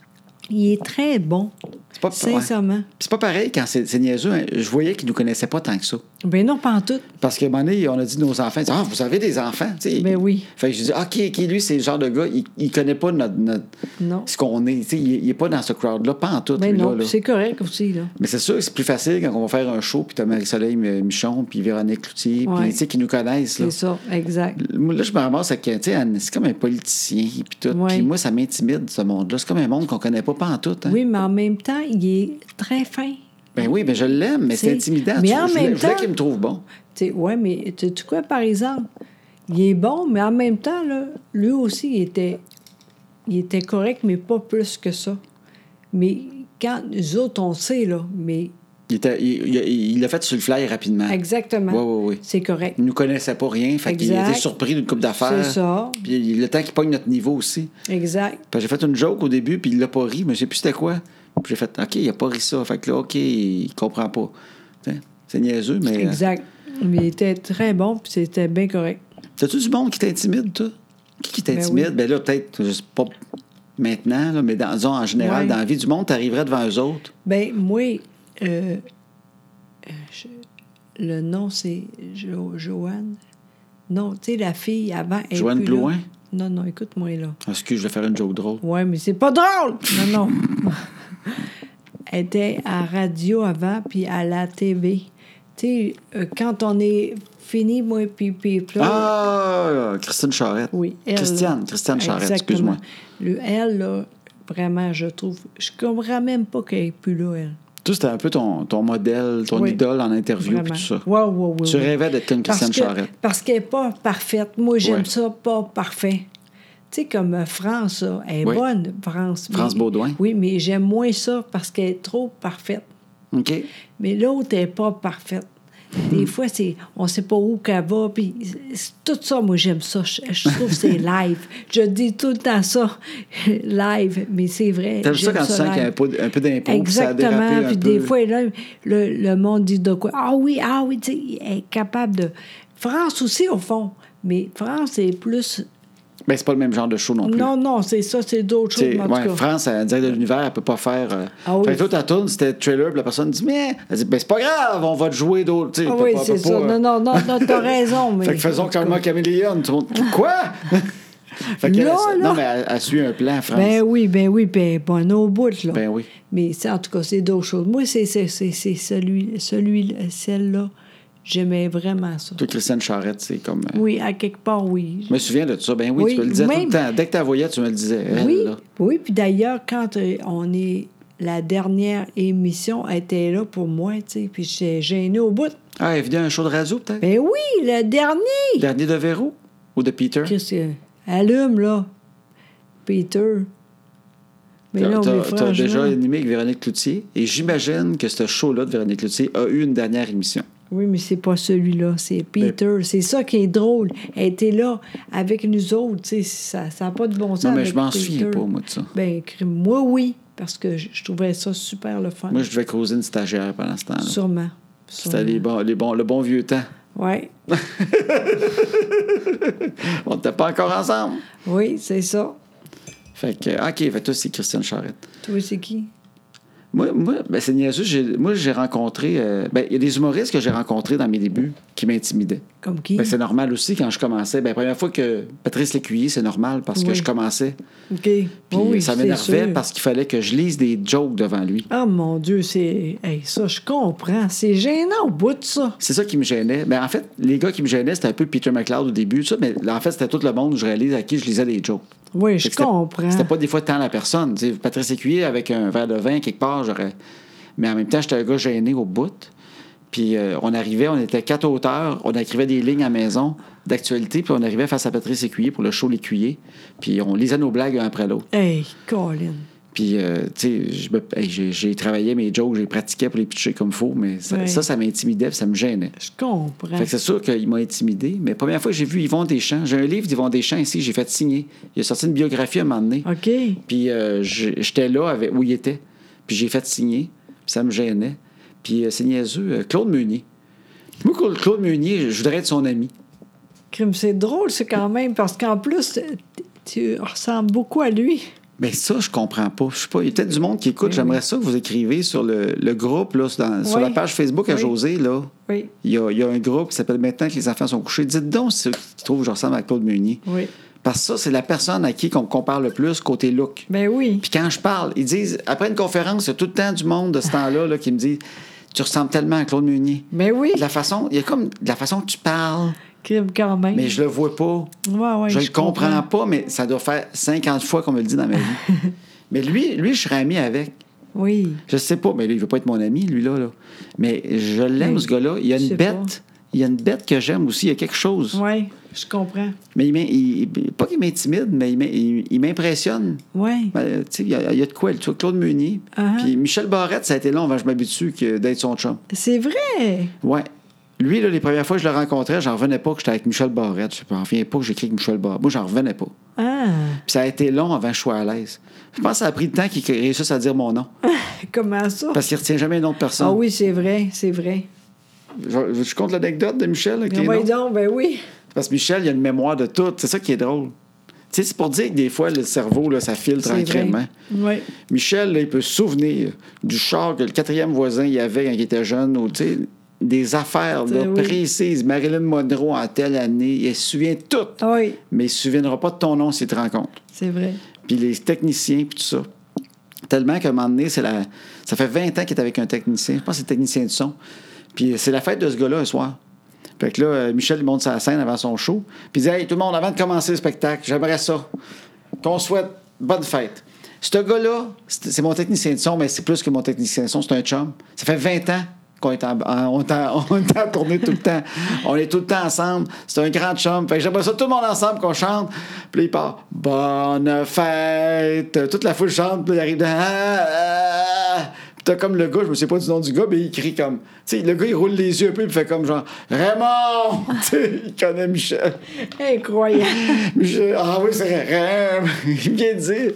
qu'il est très bon, C'est pas, sincèrement. ouais. Puis c'est pas pareil quand c'est c'est niaiseux. hein. Je voyais qu'il nous connaissait pas tant que ça. Ben non, pas en tout. Parce qu'à un moment donné, on a dit à nos enfants, ah, vous avez des enfants, tu sais. Ben oui. Fait que je dis, ah, qui, qui, lui, c'est le genre de gars, il, il connaît pas notre, notre- Non. ce qu'on est, tu sais, il, il est pas dans ce crowd-là, pas en tout, Ben lui-là, non, là. c'est correct aussi, là. Mais c'est sûr que c'est plus facile quand on va faire un show, puis t'as Marie-Soleil M- Michon, puis Véronique Cloutier, Ouais. puis, tu sais, qui nous connaissent, là. C'est ça, exact. Moi, Là, je me ramasse avec, tu sais, Anne, c'est comme un politicien, puis tout. Ouais. Puis moi, ça m'intimide, ce monde-là. C'est comme un monde qu'on connaît pas, pas en tout, hein. Oui, mais en même temps, il est très fin. Ben oui, ben je l'aime, mais c'est C'est- intimidant. Mais Tu- en je même voulais- je voulais temps- qu'il me trouve bon. Oui, ouais, mais tu tu quoi, par exemple? Il est bon, mais en même temps, là, lui aussi, il était, il était correct, mais pas plus que ça. Mais quand nous autres, on sait, là, mais Il, était- il- il- il- il l'a fait sur le fly rapidement. exactement, Oui, oui, oui. c'est correct. Il nous connaissait pas rien, fait qu'il Exact. était surpris d'une coupe d'affaires. C'est ça, Puis il- le temps qu'il pogne notre niveau aussi. exact. Fait que j'ai fait une joke au début, puis il l'a pas ri, mais je sais plus c'était quoi. Puis j'ai fait, OK, il a pas ri ça. Fait que là, OK, il comprend pas. Tiens, C'est niaiseux, mais. euh, Exact. Mais il était très bon, puis c'était bien correct. T'as-tu du monde qui t'intimide, toi? Qui, qui t'intimide? Ben, oui. là, peut-être, je sais pas maintenant, là, mais dans, disons, en général, Ouais. dans la vie du monde, t'arriverais devant eux autres. Ben moi, euh, euh, je- le nom, c'est Jo- Joanne. Non, tu sais, la fille avant. elle est Joanne plus là. Blouin? Non, non, écoute-moi là. Ah, Excuse, je vais faire une joke drôle. Ouais, mais c'est pas drôle! Non, non. Elle était à radio avant, puis à la TV. Tu sais, euh, quand on est fini, moi, puis, puis, puis là, Ah, Christine Charette. Oui, elle, Christiane, là. Christiane Charette, Exactement. excuse-moi. Le elle, là, vraiment, je trouve. Je comprends même pas qu'elle est plus là, elle. Toi, c'était un peu ton, ton modèle, ton Oui. idole en interview et Vraiment. tout ça. Ouais, ouais, ouais, Tu ouais. rêvais d'être comme Parce Christiane que- Charette. Parce qu'elle n'est pas parfaite. Moi, j'aime Ouais. ça, pas parfait. Tu sais, comme euh, France, là, elle est Oui. bonne, France. mais- France Beaudoin. Oui, mais j'aime moins ça parce qu'elle est trop parfaite. OK? Mais l'autre n'est pas parfaite. Des fois, c'est, on ne sait pas où qu'elle va. Puis c'est- tout ça, moi, j'aime ça. Je, je trouve que c'est live. Je dis tout le temps ça, live, mais c'est vrai. T'aimes ça j'aime quand tu sens qu'il y a un live. peu, d- un peu d'impôt, puis ça a dérapé Exactement. un Puis peu. des fois, là, le, le monde dit de quoi. Ah oui, ah oui, tu sais, elle est capable de. France aussi, au fond. Mais France, c'est plus. Ben, c'est pas le même genre de show non plus. Non, non, c'est ça, c'est d'autres choses. T'sais, mais en tout ouais, cas. France, elle direct de l'univers, elle peut pas faire. euh, Ah oui. Fait que toi, ta tourne, c'était trailer, puis la personne dit Mais, elle dit Ben, c'est pas grave, on va te jouer d'autres. T'sais, Ah peut oui, pas- c'est peut pas, ça. euh, Non, non, non, non, t'as raison. Mais... Fait que faisons carrément caméléon. Tout le monde, Quoi Fait qu'elle, Là, elle- là. Non, mais elle, elle suit un plan, France. Ben oui, ben oui, ben bon, au bout, là. Hein? Ben oui. Mais c'est- en tout cas, c'est d'autres choses. Moi, c'est c'est- c'est- c'est celui, celui celle-là, j'aimais vraiment ça. Toi, Christiane Charette, c'est comme. euh, Oui, à quelque part, oui. Je me souviens de ça. Ben oui, Oui, tu me le disais tout même- le temps. Dès que tu la voyais, tu me le disais. Elle, oui, là. oui, puis d'ailleurs, quand euh, on est... La dernière émission elle était là pour moi, tu sais, puis j'étais gênée au bout. Ah, elle venait à un show de radio, peut-être Ben oui, le dernier! Dernier de Véro ou de Peter Qu'est-ce que... Allume, là, Peter. Mais T'as- là, on T'as est t'as déjà franchement- animé avec Véronique Cloutier et j'imagine que ce show-là de Véronique Cloutier a eu une dernière émission. Oui, mais c'est pas celui-là, c'est Peter. C'est ça qui est drôle. Elle était là avec nous autres, tu sais, ça n'a pas de bon sens. Non, mais avec je m'en Peter. souviens pas, moi, de ça. Ben, crime, moi, oui, parce que je, je trouvais ça super le fun. Moi, je devais causer une stagiaire pendant ce temps-là. Sûrement. C'était les bons, les bons- le bon vieux temps. Ouais. On n'était pas encore ensemble. Oui, c'est ça. Fait que, OK, fait que toi, c'est Christiane Charette. Toi, c'est qui? Moi, moi ben, c'est niaiseux. j'ai- Moi, j'ai rencontré. euh, ben, il y a des humoristes que j'ai rencontrés dans mes débuts qui m'intimidaient. Comme qui? Ben, c'est normal aussi quand je commençais. Ben, première fois que Patrice Lécuyer, c'est normal parce que Oui. je commençais. OK. Puis Oh oui, ça c'est m'énervait sûr. parce qu'il fallait que je lise des jokes devant lui. Ah, mon Dieu, c'est... Hey, ça, je comprends. C'est gênant au bout de ça. C'est ça qui me gênait. Ben, en fait, les gars qui me gênaient, c'était un peu Peter McLeod au début, tout ça, mais en fait, c'était tout le monde, je réalise, à qui je lisais des jokes. Oui, je Fait que c'était- comprends. C'était pas des fois tant la personne. Tu sais, Patrice Écuyer, avec un verre de vin quelque part, j'aurais. Mais en même temps, j'étais un gars gêné au bout. Puis euh, on arrivait, on était quatre auteurs, on écrivait des lignes à maison d'actualité, puis on arrivait face à Patrice Écuyer pour le show L'Écuyer. Puis on lisait nos blagues un après l'autre. Hey, Colin. Puis, euh, tu sais, je me- hey, j'ai- j'ai travaillé mes jokes, j'ai pratiqué pour les pitcher comme faut, mais ça, Ouais. ça, ça m'intimidait, puis ça me gênait. Je comprends. Fait que c'est sûr qu'il m'a intimidé, mais première fois que j'ai vu Yvon Deschamps, j'ai un livre d'Yvon Deschamps ici, j'ai fait signer. Il a sorti une biographie à un moment donné. OK. Puis euh, j- j'étais là avec, où il était. Puis j'ai fait signer. Puis ça me gênait. Puis euh, c'est niaiseux. euh, Claude Meunier. Moi, Claude- Claude Meunier, je voudrais être son ami. Crime, c'est drôle, c'est quand même, parce qu'en plus, t- tu ressembles beaucoup à lui. Mais ça, je comprends pas. Je sais pas. Il y a peut-être du monde qui écoute. Eh Oui, J'aimerais ça que vous écrivez sur le, le groupe, là, sur- dans- sur Oui. la page Facebook à Oui. José, là. Oui. Il y, a, il y a un groupe qui s'appelle Maintenant que les enfants sont couchés. Dites donc ceux qui trouvent que je ressemble à Claude Meunier. Oui. Parce que ça, c'est la personne à qui on compare le plus côté look. Ben oui. Puis quand je parle, ils disent, après une conférence, il y a tout le temps du monde de ce temps-là là, qui me dit Tu ressembles tellement à Claude Meunier. Ben oui. De la façon, il y a comme de la façon que tu parles, Crime, quand même. mais je le vois pas. Ouais, ouais, je le comprends pas, mais ça doit faire 50 fois qu'on me le dit dans ma vie. mais lui, lui, je serais ami avec. Oui. Je sais pas, mais lui, il veut pas être mon ami, lui-là. là. Mais je l'aime, Mais ce gars-là. Il y a je une sais bête. pas. Il y a une bête que j'aime aussi. Il y a quelque chose. Oui, je comprends. Mais il, m'in- il- il- pas qu'il m'intimide, mais il m'in- il- il m'impressionne. Oui. Ben, tu sais, il y, a- il y a de quoi. Tu vois, Claude Meunier. Ah. Puis Michel Barrette, ça a été long avant que je m'habitue que d'être son chum. C'est vrai. Ouais. Lui, là, les premières fois que je le rencontrais, j'en revenais pas que j'étais avec Michel Barrette. Je n'en reviens pas que j'écris avec Michel Barrette. Moi, j'en revenais pas. Puis Ah, ça a été long avant que je sois à l'aise. Je pense que ça a pris le temps qu'il réussisse à dire mon nom. comment ça? Parce qu'il retient jamais un nom de personne. Ah oui, c'est vrai, c'est vrai. Je, je compte l'anecdote de Michel. avec les Ah oui, noms. donc, ben oui. Parce que Michel, il a une mémoire de tout. C'est ça qui est drôle. Tu sais, c'est pour dire que des fois, le cerveau, là, ça file C'est vrai. tranquillement. Oui. Michel, là, il peut se souvenir du char que le quatrième voisin il avait quand il était jeune. Ou, tu sais, des affaires là, Euh, oui. précises. Marilyn Monroe en telle année, il se souvient de tout, Ah oui, mais il ne se souviendra pas de ton nom s'il te rencontre. c'est vrai. Puis les techniciens, puis tout ça. Tellement qu'à un moment donné, c'est la... ça fait 20 ans qu'il est avec un technicien. Je pense que c'est le technicien du son. Puis c'est la fête de ce gars-là un soir. Fait que là, euh, Michel lui monte sa scène avant son show. Puis il dit Hey, tout le monde, avant de commencer le spectacle, j'aimerais ça. Qu'on souhaite bonne fête. Ce gars-là, c'est c'est mon technicien de son, mais c'est plus que mon technicien de son, c'est un chum. Ça fait 20 ans qu'on est en, en- on est en- on est en tournée tout le temps. On est tout le temps ensemble. C'est un grand chum. Fait que j'aimerais ça tout le monde ensemble qu'on chante. Puis là, il part Bonne fête. Toute la foule chante. Puis là, il arrive dans. Ah, ah. Puis t'as comme le gars, je me sais pas du nom du gars, mais il crie comme. Tu sais, le gars, il roule les yeux un peu, il fait comme genre Raymond Tu sais, Il connaît Michel. Incroyable. Michel, ah oui, c'est Raymond Il vient de dire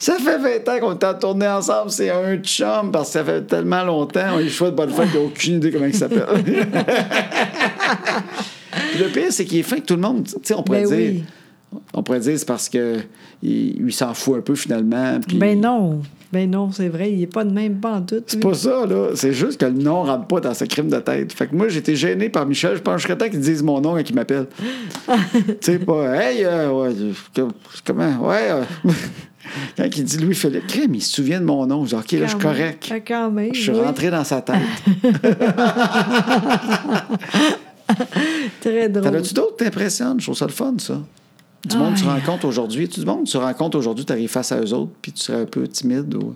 Ça fait 20 ans qu'on est en tournée ensemble, c'est un chum, parce que ça fait tellement longtemps, on lui souhaite bonne fête, il a aucune idée comment il s'appelle. Puis le pire, c'est qu'il est fin que tout le monde. Tu sais, on pourrait Ben dire. oui. On pourrait dire c'est parce que il, il s'en fout un peu finalement. puis- Ben non. Ben non, c'est vrai, il n'est pas de même pas en tout. c'est pas ça, là. C'est juste que le nom rentre pas dans ce crime de tête. Fait que moi, j'étais gêné par Michel. Je pense que je serais temps qu'il dise mon nom quand il m'appelle. tu sais, pas, hey, euh, ouais, euh, que- comment, ouais. euh. quand il dit Louis-Philippe, crème, il se souvient de mon nom. Je dis, OK, là, je suis correct. Ah, quand même. Je suis oui. rentré dans sa tête. Très T'en drôle. as-tu d'autres qui t'impressionnent? Je trouve ça le fun, ça. Du monde que tu Aïe. rencontres aujourd'hui. Tu du monde que tu rencontres aujourd'hui, t'arrives face à eux autres, puis tu serais un peu timide ou.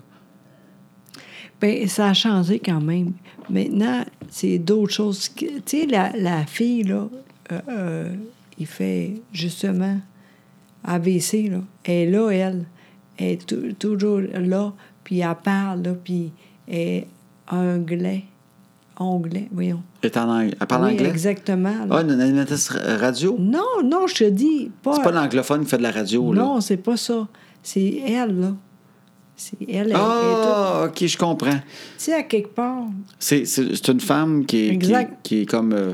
Ben, ça a changé quand même. Maintenant, c'est d'autres choses. que- Tu sais, la, la fille, là, euh, euh, il fait justement AVC, là. Elle est là, elle. Elle est tou- toujours là, puis elle parle, là, puis elle est anglais. Anglais, voyons. Et t'en ang- Elle parle Oui, anglais? exactement. là. Ah, une animatrice radio? Non, non, je te dis, pas... C'est pas l'anglophone qui fait de la radio, là. non, c'est pas ça. C'est elle, là. C'est elle. elle- elle est toute- Ah, ok, je comprends. Tu sais, à quelque part, C'est, c'est- c'est une femme qui est, qui, Exact. qui est comme euh,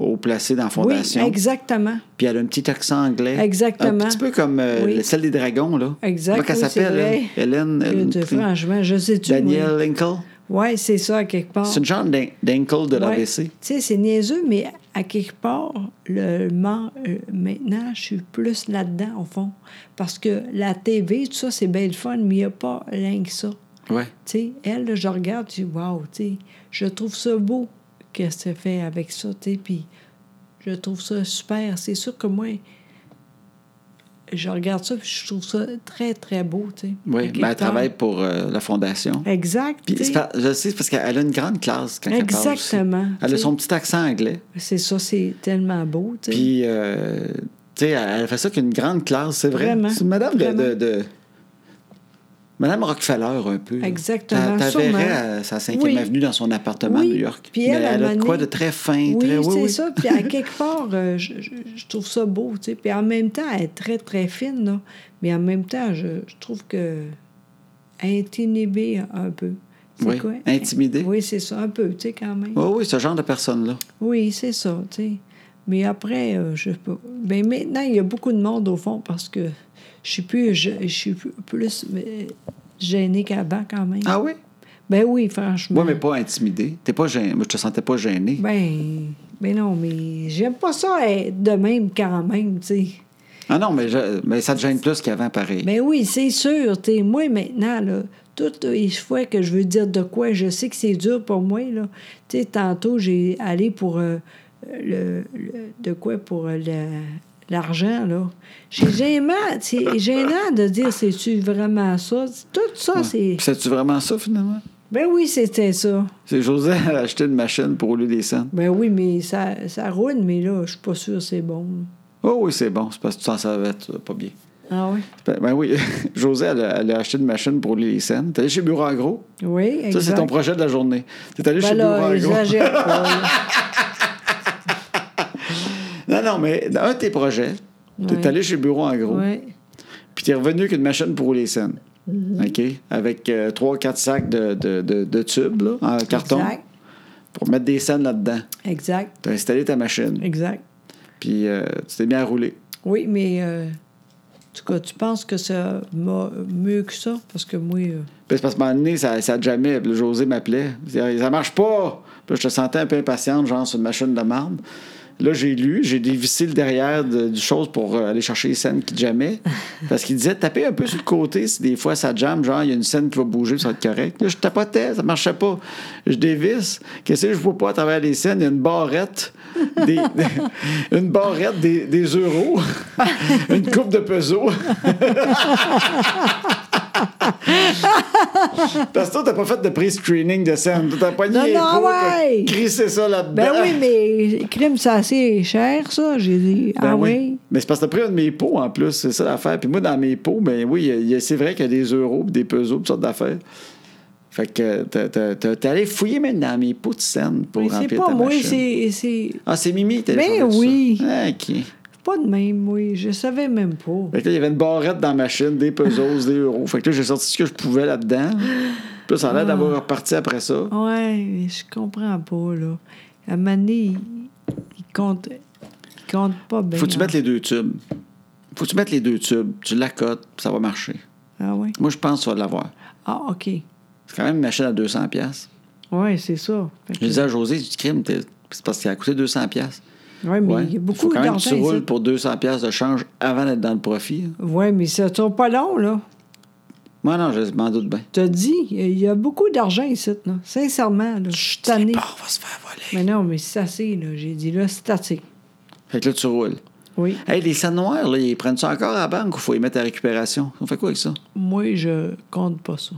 au placé dans la fondation. Oui, exactement. Puis elle a un petit accent anglais. Exactement. Un petit peu comme euh, Oui. le- celle des dragons, là. Exact, Comment qu'elle oui, c'est s'appelle, vrai. elle? Hélène. Hélène- Que, franchement, je sais-tu. Danielle Linkle. Oui, ouais, c'est ça, à quelque part. C'est une genre d'in- d'Inkle de Ouais. l'ABC. Tu sais, c'est niaiseux, mais à quelque part, le man- euh, maintenant, je suis plus là-dedans, au fond. Parce que la TV, tout ça, c'est bien le fun, mais il n'y a pas rien que ça. Ouais. Tu sais, elle, là, je regarde, je dis, waouh, tu sais, je trouve ça beau que se fait avec ça, tu sais, puis je trouve ça super. C'est sûr que moi, je regarde ça, puis je trouve ça très, très beau, tu sais. Oui, À quelque ben, elle part. travaille pour euh, la fondation. Exact. Puis, tu sais. c'est par- je sais, c'est parce qu'elle a une grande classe quand elle parle. aussi. Exactement, Elle a t'sais. son petit accent anglais. C'est ça, c'est tellement beau, tu sais. Puis, euh, tu sais, elle elle fait ça qu'une grande classe, c'est vrai. Vraiment. C'est une madame de, Vraiment. de- de- Madame Rockefeller, un peu. là. Exactement, T'a- sûrement. T'avais à sa cinquième Oui. avenue dans son appartement Oui. à New York. Puis Mais elle, à un elle a de moment quoi de donné- très fin, oui, très... c'est ça. Puis à quelque part, euh, je, je- je trouve ça beau, tu sais. Puis en même temps, elle est très, très fine, là. Mais en même temps, je, je trouve que... Intimidée un peu. C'est Oui, intimidée. Oui, c'est ça, un peu, tu sais, quand même. Oui, oui, ce genre de personne-là. Oui, c'est ça, tu sais. Mais après, euh, je sais pas. Ben maintenant, il y a beaucoup de monde au fond parce que je suis plus, je, je suis plus- plus euh, gênée qu'avant quand même. Ah oui? Ben oui, franchement. Oui, mais pas intimidée. T'es pas gêné. Moi, je te sentais pas gênée. Ben, ben non, mais j'aime pas ça être de même quand même, tu sais. Ah non, mais, je- mais ça te gêne plus qu'avant, pareil. Ben oui, c'est sûr, tu sais. Moi, maintenant, là, toutes les fois que je veux dire de quoi, je sais que c'est dur pour moi, là. Tu sais, tantôt, j'ai allé pour euh, le, le- De quoi pour euh, la- l'argent, là. J'ai gênant, c'est gênant de dire, c'est-tu vraiment ça? Tout ça, c'est. Puis C'est-tu vraiment ça, finalement? Ben oui, c'était ça. C'est José a acheté une machine pour rouler des scènes. Ben oui, mais ça, ça roule, mais là, je suis pas sûre c'est bon. Oh oui, c'est bon. C'est parce que tu t'en savais tu- pas bien. Ah oui? Ben, ben oui, José, elle a, elle a acheté une machine pour rouler les scènes. T'es allé chez Bureau Agro. Oui, Ça, exact. c'est ton projet de la journée. T'es allé chez Ben là, Bureau Agro. exagère pas, là. Non, non, mais dans un de tes projets, t'es Ouais. allé chez Bureau Agro, Ouais. puis t'es revenu avec une machine pour rouler les scènes. Mm-hmm. OK? Avec euh, trois, quatre sacs de, de, de- de tubes, là, en carton, Exact. pour mettre des scènes là-dedans. Exact. T'as installé ta machine, Exact. puis euh, tu t'es bien roulé. Oui, mais euh, en tout cas, tu penses que ça m'a mieux que ça? Parce que moi, euh, Puis c'est parce que à un moment donné, ça, ça jamais. Puis là, José m'appelait. Il disait, Ça marche pas! Puis là, je te sentais un peu impatiente, genre, sur une machine de marbre. Là, j'ai lu, j'ai dévissé le derrière de- du chose pour euh, aller chercher les scènes qui jammaient. Parce qu'il disait, tapez un peu sur le côté si des fois ça jamme, genre, il y a une scène qui va bouger, ça va être correct. Là, je tapotais, ça marchait pas. Je dévisse. Qu'est-ce que je vois pas à travers les scènes? Il y a une barrette, des, des- une barrette des, des euros, une coupe de peso. Parce que toi, t'as pas fait de pré-screening de scène. T'as pogné Non, les non, pots, t'as ouais. crissé ça là-dedans. Ben oui, mais crime, c'est assez cher, ça. J'ai dit, Ben ah oui. oui. Mais c'est parce que t'as pris un de mes pots en plus, c'est ça l'affaire. Puis moi, dans mes pots, ben oui, il y a- il y a- c'est vrai qu'il y a des euros, puis des pesos, toutes sortes d'affaires. Fait que t'as- t'as- t'as- t'es allé fouiller même dans mes pots de scène pour Mais remplir c'est ta pas moi, machine. c'est c'est Ah, c'est Mimi, t'as Ben changé tout ça. oui. Ah, OK. pas de même, oui. Je savais même pas. Fait que là, il y avait une barrette dans ma machine, des pesos, des euros. Fait que là, j'ai sorti ce que je pouvais là-dedans. Puis là, ça a Ah. l'air d'avoir reparti après ça. Ouais, mais je comprends pas, là. À Mané, il, il compte. Il compte pas bien. Faut que tu mettes les deux tubes. Faut que tu mettes les deux tubes, tu l'accotes, puis ça va marcher. Ah oui. Moi, je pense que tu vas l'avoir. Ah, OK. C'est quand même une machine à 200$. piastres. Ouais, c'est ça. Fait que- Je disais à José, du crime, t'es- c'est parce qu'il a coûté 200 pièces. ouais, mais il y a faut beaucoup quand même que tu d'argent. roules ici. pour 200 pièces de change avant d'être dans le profit. hein. Ouais, mais ça tourne pas long, là. Moi, non, je m'en doute bien. T'as dit, il y a beaucoup d'argent ici, là. Sincèrement, là. Je suis tannée. on va se faire voler. Mais non, mais c'est assez, là. J'ai dit, là, c'est assez. Fait que là, tu roules. Oui. Hey, les scènes noires, là, ils prennent ça encore à la banque ou faut les mettre à récupération? On fait quoi avec ça? Moi, je compte pas ça.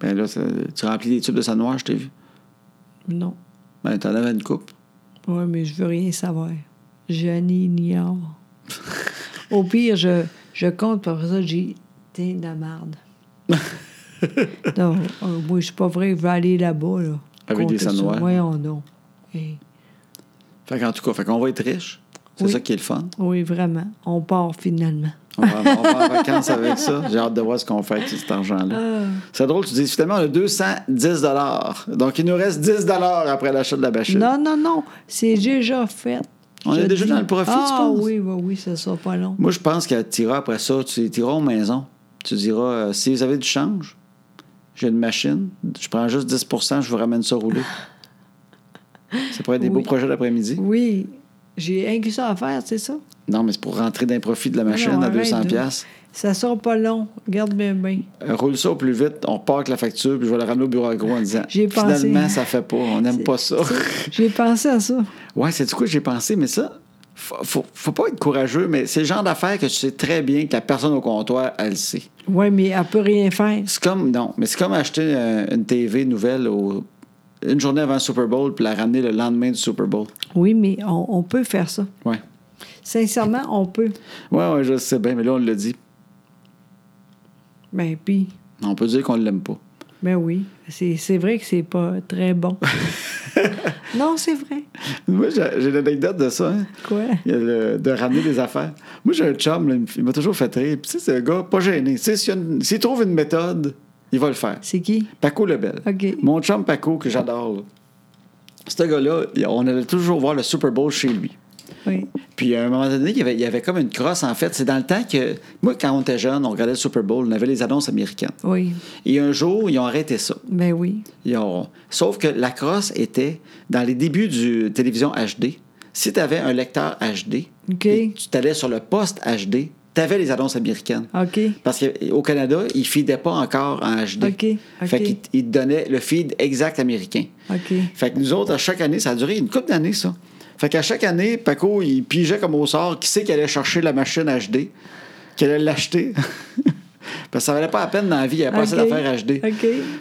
Ben là, ça- tu remplis des tubes de scènes noires, je t'ai vu. Non. Ben, t'en avais une coupe. Oui, mais je veux rien savoir. Je n'ignore. Au pire, je, je compte, puis après ça, j'ai T'es de la marde. non, euh, moi, je suis pas vrai, je vais aller là-bas, là. Avec Compter des ça. Sanois. Voyons donc. Hey. Fait qu'en tout cas, fait qu'on va être riche. C'est Oui. ça qui est le fun. Oui, vraiment. On part finalement. On va, on va en vacances avec ça. J'ai hâte de voir ce qu'on fait avec cet argent-là. Ah. C'est drôle, tu dis finalement, on a 210 Donc, il nous reste 10 après l'achat de la machine. Non, non, non. C'est déjà fait. On est déjà dis- dans le profit, tu ah, penses? Oui, oui, oui, ça sera pas long. Moi, je pense que tu iras après ça, tu iras aux maisons. Tu diras, euh, si vous avez du change, j'ai une machine, je prends juste 10 je vous ramène ça roulé. Ça pourrait être des Oui. beaux projets d'après-midi. Oui, j'ai rien que ça à faire, c'est ça? Non, mais c'est pour rentrer d'un profit de la machine Non, à arrête, 200 là. pièces. Ça sera pas long. Regarde bien, bien. Euh, Roule ça au plus vite, on part avec la facture, puis je vais la ramener au bureau agro en disant, J'ai pensé. finalement, ça fait pas, on n'aime pas ça. J'ai pensé à ça. Ouais, c'est du coup j'ai pensé, mais ça, faut, faut, faut pas être courageux, mais c'est le genre d'affaires que tu sais très bien que la personne au comptoir, elle le sait. Oui, mais elle peut rien faire. C'est comme, non, mais c'est comme acheter euh, une TV nouvelle au- une journée avant le Super Bowl puis la ramener le lendemain du Super Bowl. Oui, mais on, on peut faire ça. Ouais. Sincèrement, on peut. Ouais, ouais, je sais bien, mais là, on le dit. Ben, puis, On peut dire qu'on l'aime pas. ben oui. C'est c'est vrai que c'est pas très bon. non, c'est vrai. Moi, j'ai j'ai l'anecdote de ça, hein. Quoi? Il y a le- de ramener des affaires. Moi, j'ai un chum, là, il me- il m'a toujours fait rire. Puis, tu sais, c'est un gars pas gêné. Tu sais, s'il y a une- s'il trouve une méthode, il va le faire. C'est qui? Paco Lebel. OK. Mon chum Paco, que j'adore. là. Ce gars-là, il- on allait toujours voir le Super Bowl chez lui. Oui. Puis à un moment donné, il y avait, il y avait comme une crosse, en fait. C'est dans le temps que. Moi, quand on était jeune, on regardait le Super Bowl, on avait les annonces américaines. Oui. Et un jour, ils ont arrêté ça. Ben oui. Ils ont- Sauf que la crosse était dans les débuts du télévision HD. Si tu avais un lecteur HD, OK. et tu t'allais sur le poste HD, tu avais les annonces américaines. OK. Parce qu'au Canada, ils ne feedaient pas encore en HD. OK, OK. Fait qu'ils ils te donnaient le feed exact américain. OK. Fait que nous autres, à chaque année, ça a duré une couple d'années, ça. Fait qu'à chaque année, Paco, il pigeait comme au sort qui c'est qui allait chercher la machine HD, qui allait l'acheter. Parce que ça valait pas la peine dans la vie, il n'y avait pas assez OK. d'affaires HD. OK.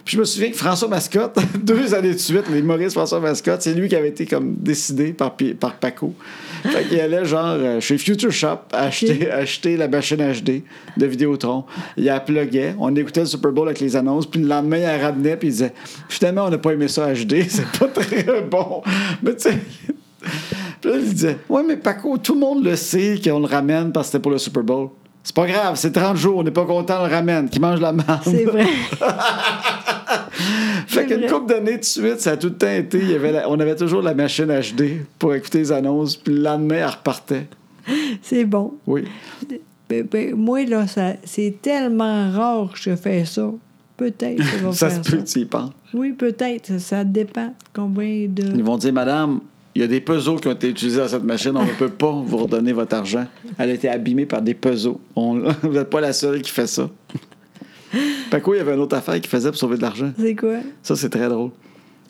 Puis je me souviens que François Mascotte, deux années de suite, les Maurice François Mascotte, c'est lui qui avait été comme décidé par, Pi- par Paco. Fait qu'il allait genre euh, chez Future Shop acheter, acheter la machine HD de Vidéotron. Il la pluguait, on écoutait le Super Bowl avec les annonces, puis le lendemain, il la ramenait, puis il disait Finalement, on n'a pas aimé ça HD, c'est pas très bon. Mais tu sais. Puis là, il disait Ouais, mais Paco, tout le monde le sait qu'on le ramène parce que c'était pour le Super Bowl. C'est pas grave, c'est 30 jours, on n'est pas content, on le ramène, qui mange la merde. C'est vrai. Fait C'est qu'une vrai. couple d'années de suite, ça a tout le temps été. il y avait la- on avait toujours la machine HD pour écouter les annonces, puis le lendemain, elle repartait. C'est bon. Oui. Ben, ben, moi, là, ça- c'est tellement rare que je fais ça Peut-être qu'ils vont Ça faire se peut, tu y penses. Oui, peut-être. Ça dépend combien Ils de... vont dire, madame, il y a des puzzles qui ont été utilisés dans cette machine, on ne peut pas vous redonner votre argent. Elle a été abîmée par des puzzles. On- vous n'êtes pas la seule qui fait ça. Paco, il y avait une autre affaire qu'il faisait pour sauver de l'argent. C'est quoi? Ça, c'est très drôle. Un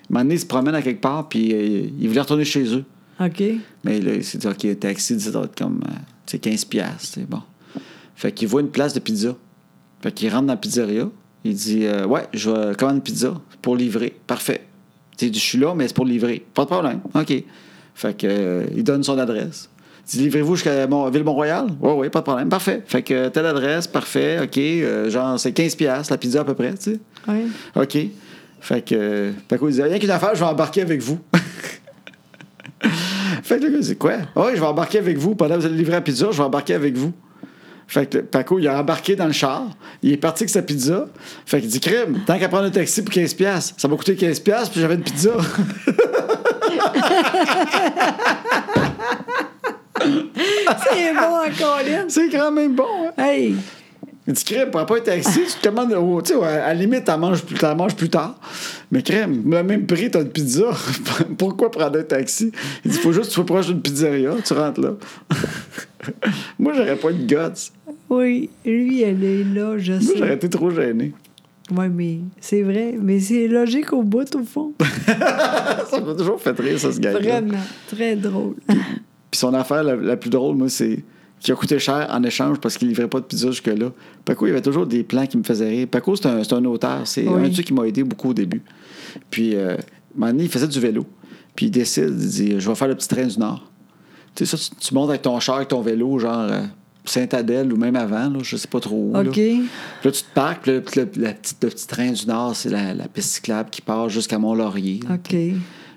moment donné, il se promène à quelque part, puis euh, il voulait retourner chez eux. OK. Mais là, il s'est dit, OK, le taxi, ça doit être comme euh, tu sais, 15 piastres, c'est bon. Fait qu'il voit une place de pizza. Fait qu'il rentre dans la pizzeria. Il dit, euh, ouais, je vais commander une pizza pour livrer. Parfait. Tu sais, je suis là, mais c'est pour livrer. Pas de problème. OK. Fait que, euh, il donne son adresse. Il dit, livrez-vous jusqu'à Mon- Ville-Mont-Royal? Oui, oui, pas de problème. Parfait. Fait que euh, telle adresse, parfait. OK. euh, genre, c'est 15 piastres, la pizza à peu près, tu sais. Ouais. OK. Fait que euh, Paco il disait Rien qu'une affaire, je vais embarquer avec vous. fait que le gars dit Quoi Oui, je vais embarquer avec vous. Pendant que vous allez livrer la pizza, je vais embarquer avec vous. Fait que le- Paco, il a embarqué dans le char. Il est parti avec sa pizza. Fait qu'il dit Crime, tant qu'à prendre un taxi pour 15$, piastres, ça m'a coûté 15$, piastres, puis j'avais une pizza. C'est bon encore, là. C'est quand même bon, hein? Hey! Il dit crème, prends pas un taxi, tu te commandes. au- tu sais, à la limite, t'en manges, plus- t'en manges plus tard. Mais crème, le même prix, t'as une pizza. Pourquoi prendre un taxi? Il dit faut juste que tu sois proche d'une pizzeria, tu rentres là. Moi, j'aurais pas eu de guts. Oui, lui, elle est là, je Moi, j'aurais sais. été trop gêné. Oui, mais c'est vrai. Mais c'est logique au bout, au fond. Ça m'a toujours fait rire, ça, ce gars Vraiment. Très drôle. Puis son affaire la, la plus drôle, moi, c'est qui a coûté cher en échange parce qu'il livrait pas de pizza jusque-là. Paco, il y avait toujours des plans qui me faisaient rire. Paco, c'est un, c'est un auteur. C'est Oui. un de ceux qui m'a aidé beaucoup au début. Puis, euh, un moment donné, il faisait du vélo. Puis il décide, il dit Je vais faire le petit train du Nord. Tu sais, ça, tu, tu montes avec ton char, avec ton vélo, genre euh, Saint-Adèle ou même avant, là, je sais pas trop où. là. OK. Puis là, tu te parques, puis là, le, le- la petite- le petit train du Nord, c'est la, la piste cyclable qui part jusqu'à Mont-Laurier. OK.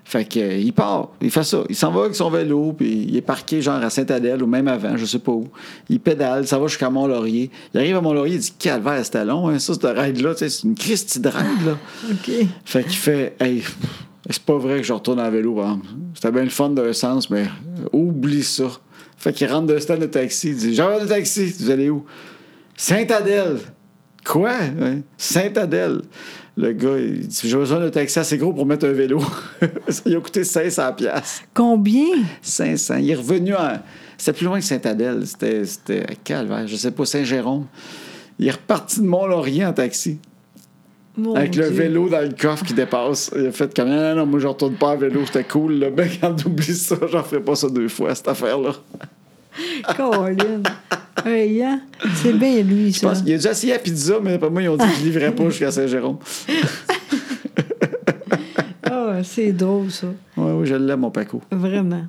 Fait que, euh, il part, il fait ça. Il s'en va avec son vélo, puis il est parqué genre à Saint-Adèle ou même avant, je sais pas où. Il pédale, ça va jusqu'à Mont-Laurier. Il arrive à Mont-Laurier, il dit Calvaire, c'était long, hein, ça, cette ride-là, tu sais, c'est une Christie de ride, là. OK. Fait qu'il fait Hey, c'est pas vrai que je retourne en vélo, par exemple. C'était bien le fun d'un sens, mais oublie ça. Fait qu'il rentre d'un stand de taxi, il dit J'envoie le taxi, vous allez où Saint-Adèle. Quoi Ouais, Saint-Adèle. Le gars, il dit J'ai besoin d'un taxi assez gros pour mettre un vélo. ça lui a coûté 500$. piastres. Combien? 500. Il est revenu en. C'était plus loin que Saint-Adèle. C'était, c'était à Calvaire, je sais pas, Saint-Jérôme. Il est reparti de Mont-Laurier en taxi. Oh Mon Avec le Dieu. vélo dans le coffre qui dépasse. Il a fait comme, Ah, non, non, non, moi je retourne pas en vélo, c'était cool, là. Ben, quand t'oublies ça, j'en ferai pas ça deux fois, cette affaire-là. Colin. Hey, hein? C'est bien lui, Je ça. pense qu'il a dû essayer la pizza, mais après moi, ils ont dit qu'il livrait pas jusqu'à Saint-Jérôme. Ah, c'est drôle, ça. Ouais, oui, je l'aime, mon Paco. Vraiment.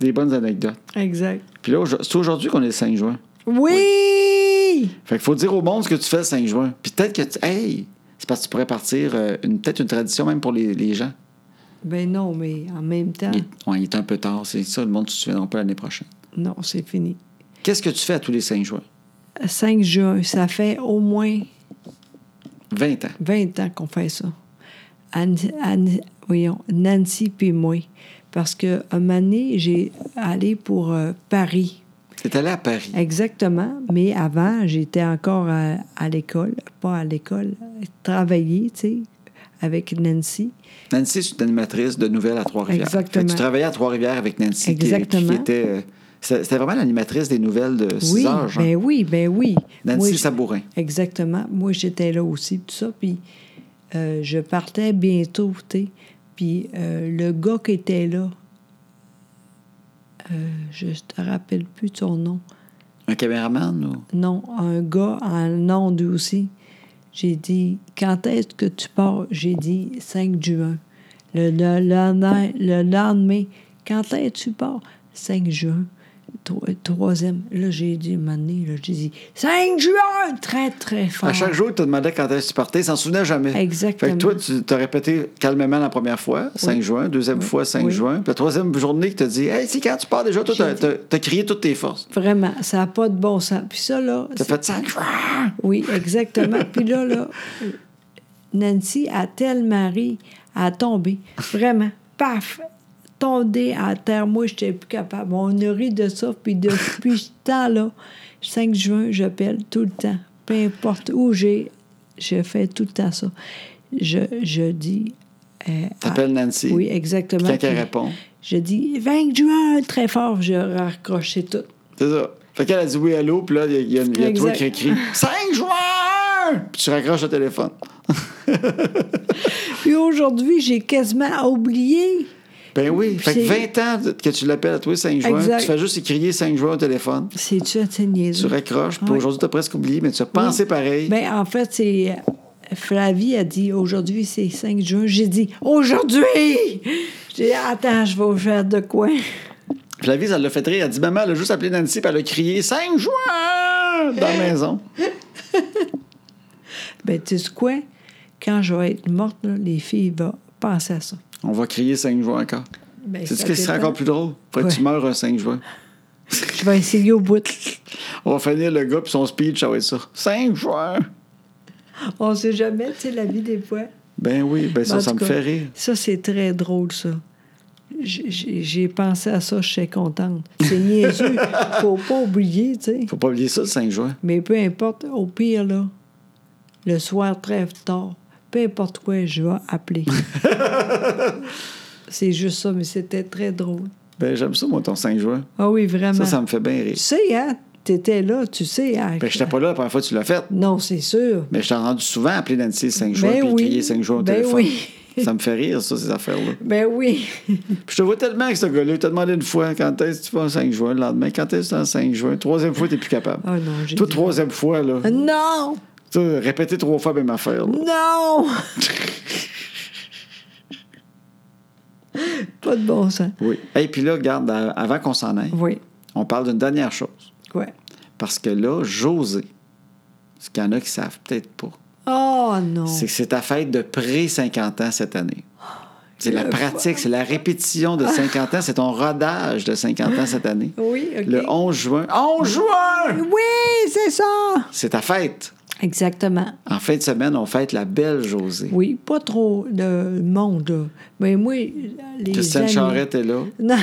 Des bonnes anecdotes. Exact. Puis là, au- c'est aujourd'hui qu'on est le 5 juin. Oui! Fait qu'il faut dire au monde ce que tu fais le 5 juin. Puis peut-être que tu. Hey! C'est parce que tu pourrais partir, euh, une, peut-être une tradition même pour les, les gens. Ben non, mais en même temps, Il, est- ouais, il est un peu tard, c'est ça, le monde ne se souviendra pas l'année prochaine. non, c'est fini. Qu'est-ce que tu fais à tous les 5 juin? 5 juin, ça fait au moins 20 ans. 20 ans qu'on fait ça. Anne, Anne- voyons, Nancy puis moi. Parce que un moment donné, j'ai allé pour euh, Paris. T'es allé à Paris. Exactement. Mais avant, j'étais encore à, à l'école. Pas à l'école. Travailler, tu sais, avec Nancy. Nancy, c'est une animatrice de nouvelles à Trois-Rivières. Exactement. Fait que Tu travaillais à Trois-Rivières avec Nancy. qui- qui- Qui, Exactement. était, euh, c'était c'était vraiment l'animatrice des nouvelles de 6 oui, heures. genre. ben oui, ben oui. Nancy Moi, je- Sabourin. Exactement. Moi, j'étais là aussi, tout ça. Puis euh, je partais bientôt, tu sais. Puis euh, le gars qui était là, euh, je te rappelle plus de son nom. Un caméraman ou... Non, un gars en onde aussi. J'ai dit, quand est-ce que tu pars? J'ai dit, 5 juin. Le, le, lendemain- le lendemain, quand est-ce que tu pars? 5 juin. Tro- Troisième. Là, j'ai dit, un moment donné, là, j'ai dit, 5 juin! Très, très fort. À chaque jour, il te demandait quand est-ce que tu partais. Il s'en souvenait jamais. Exactement. Fait que toi, tu t'as répété calmement la première fois, 5 juin, deuxième fois, 5 Oui. juin. Puis la troisième journée, il te dit Hey, c'est quand tu pars déjà, toi, J'ai t'as- dit- t'as t'as crié toutes tes forces. Vraiment, ça n'a pas de bon sens. Puis ça, Ah. là. T'as c'est- fait 5 juin. Oui, exactement. Puis là, là, Nancy a tellement ri, a tombé. Vraiment, paf, tombée à terre. Moi, je n'étais plus capable. On a ri de ça. Puis depuis ce temps-là, 5 juin, j'appelle tout le temps. Peu importe où j'ai je fais tout le temps ça. Je, je dis. euh, T'appelles Nancy. Oui, exactement. Puis quand elle Puis répond. Je dis 20 juin, très fort, je raccroche, c'est tout. C'est ça. Fait qu'elle a dit oui, allô, puis là, il y a, il y a- il y a toi Exact. qui écrit 5 juin! Puis tu raccroches le téléphone. Puis aujourd'hui, j'ai quasiment oublié. Ben oui. Puis Fait que c'est- 20 ans de- que tu l'appelles à toi 5 juin, Exact. tu fais juste crier 5 juin au téléphone, C'est-tu assez tu niaiseux? raccroches, puis Ouais. aujourd'hui, t'as presque oublié, mais tu as pensé pareil. Ben, en fait, c'est. euh, Flavie a dit aujourd'hui, c'est 5 juin. J'ai dit aujourd'hui! J'ai dit attends, je vais faire de quoi? Flavie, ça l'a fait rire. Elle a dit Maman, elle a juste appelé Nancy, puis elle a crié 5 juin! dans Euh. la maison. Ben, tu sais quoi? Quand je vais être morte, là, les filles vont penser à ça. On va crier 5 juin encore. Ben, C'est ce ça qui serait dépend. encore plus drôle. Faudrait que tu Ouais. meurs un 5 juin. Je vais essayer au bout. On va finir le gars, puis son speech, ça va être ça. 5 juin! On sait jamais, tu sais, la vie des fois. Ben oui, ben ça, En ça tout me cas, fait rire. Ça, c'est très drôle, ça. J- J'ai j'ai pensé à ça, je suis contente. C'est niaiseux. Faut pas oublier, tu sais. Faut pas oublier ça, le 5 juin. Mais peu importe, au pire, là, le soir très tard, peu importe quoi, je vais appeler. c'est juste ça, mais c'était très drôle. Ben, j'aime ça, moi, ton 5 juin. Ah oui, vraiment. Ça, ça me fait bien Tu rire. sais, hein, t'étais là, tu sais. hein, Ben, j'étais pas là la première fois que tu l'as fait, Non, c'est sûr. mais je t'ai entendu souvent appeler Nancy le 5 juin, Ben puis oui. crier 5 juin au Ben téléphone. oui. ça me fait rire, ça, ces affaires-là. Ben oui. Puis je te vois tellement avec ce gars-là. Il t'a demandé une fois quand est-ce que tu vas le 5 juin, le lendemain, quand est-ce que tu vas le 5 juin. Troisième fois, t'es plus capable. Ah non, j'ai Toi, dit- Ah. troisième fois, là. non! Tu sais, répéter trois fois la même affaire. là. Non! Pas de bon sens. Oui. Et puis là, regarde, à- avant qu'on s'en aille, Oui, on parle d'une dernière chose. ouais. Parce que là, José, ce qu'il y en a qui savent peut-être pas, Oh non! c'est que c'est ta fête de pré-50 ans cette année. C'est la Le pratique, c'est la répétition de 50 ans, c'est ton rodage de 50 ans cette année. Oui, OK. Le 11 juin. 11 juin! Oui, c'est ça! C'est ta fête. Exactement. En fin de semaine, on fête la belle Josée. Oui, pas trop de monde, là. Mais moi, les Christiane amis- Charrette est là, Non,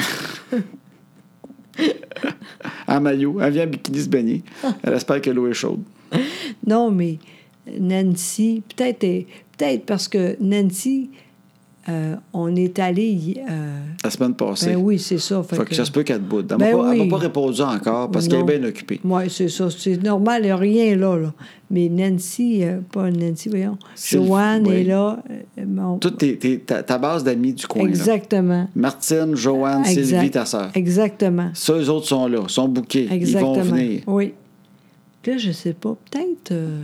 en maillot. Ah, Elle vient en bikini se baigner. Elle espère que l'eau est chaude. non, mais Nancy, peut-être peut parce que Nancy, euh, on est allé... euh, La semaine passée. ben oui, c'est ça. Fait Fait que ça se peut qu'elle te boude. Elle m'a Ben pas- elle m'a oui. pas répondu encore Ah, parce qu'elle est bien occupée. Oui, c'est ça. C'est normal, il n'y a rien là, là. Mais Nancy, euh, pas Nancy, voyons. Sylvie, Joanne oui. est là. euh, mon- Toute tes- tes- ta, ta base d'amis du coin. là. Exactement. Martine, Joanne, Exact. Sylvie, ta sœur. Exactement. Ça, eux autres sont là, sont bouqués. Ils Exactement. vont venir. Oui. Puis Là, je sais pas, peut-être euh,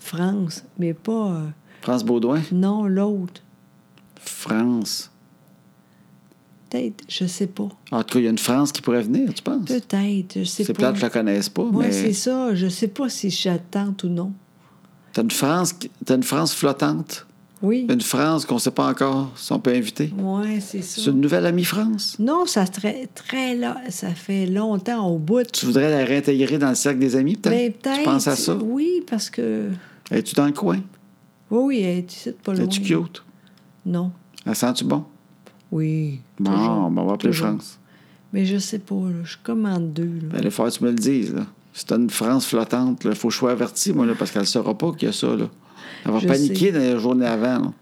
France, mais pas. euh, France Baudouin, non, l'autre. France. Peut-être, je sais pas. En tout cas, il y a une France qui pourrait venir, tu penses? Peut-être, je sais C'est pas. peut-être que je la connaisse pas, Moi, c'est mais ça. Je sais pas si j'attends ou non. t'as une France, qui- t'as une France flottante, Oui. une France qu'on sait pas encore si on peut inviter. Oui, c'est ça. C'est une nouvelle amie France. Non, ça, serait très là, ça fait longtemps au bout. Tu voudrais la réintégrer dans le cercle des amis, peut-être? Mais Ben, peut-être. Tu penses à ça? Oui, parce que. Es-tu dans le coin? Oui, oui, elle est ici de pas loin. Es-tu cute? Non. La sens-tu bon? Oui. toujours. Bon, ben, on va appeler Toujours. France. Mais je sais pas, là, je commande deux. Là. Ben, il faut que tu me le dises, là. Si t'as une France flottante, il faut que je sois averti, moi, là, parce qu'elle ne saura pas qu'il y a ça, là. Elle va Je paniquer dans la journée avant, là.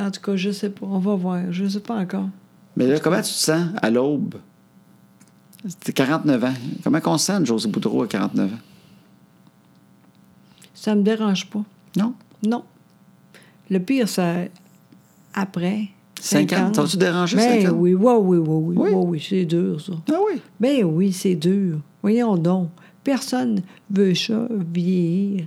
En tout cas, je sais pas. On va voir. Je sais pas encore. Mais là, comment tu te sens à l'aube? T'es 49 ans. Comment qu'on se sent, une Josée Boudreau, à 49 ans? Ça me dérange pas. Non? Non. Le pire, c'est après. 50. T'as-tu dérangé, Ben 50? oui, ouais, oui, oui, oui, Oui. oui, oui, c'est dur, ça. Ah oui. Ben oui, c'est dur. Voyons donc. Personne veut ça vieillir.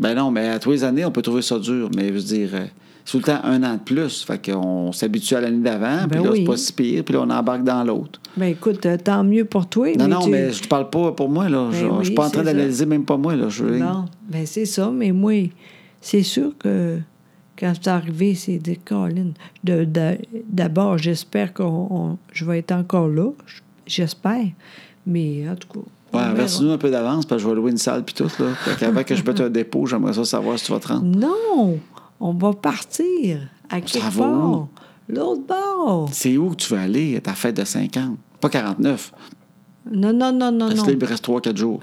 Ben non, mais à tous les années, on peut trouver ça dur. Mais je veux dire, euh, c'est tout le temps un an de plus. Fait qu'on s'habitue à l'année d'avant, puis Ben là, c'est oui. pas si pire, puis là, on embarque dans l'autre. Ben écoute, euh, tant mieux pour toi. Non, non, tu- mais je te parle pas pour moi, là. je, Ben je suis pas oui, en train c'est ça. d'analyser, même pas moi, là. Je, veux- Non, ben c'est ça, mais moi, c'est sûr que quand c'est arrivé, c'est des Colin. de- de- D'abord, j'espère que je vais être encore là. j- J'espère. Mais en tout cas. on Ouais, verra. verse-nous un peu d'avance, parce que je vais louer une salle, puis tout, là. Fait qu'avant que je mette un dépôt, j'aimerais ça savoir si tu vas te rendre. Non, on va partir à s'en quelque va où? part. L'autre bord. C'est où que tu veux aller à ta fête de 50? Pas 49. Non, non, non, non, Parce non. que là, il me reste 3-4 jours.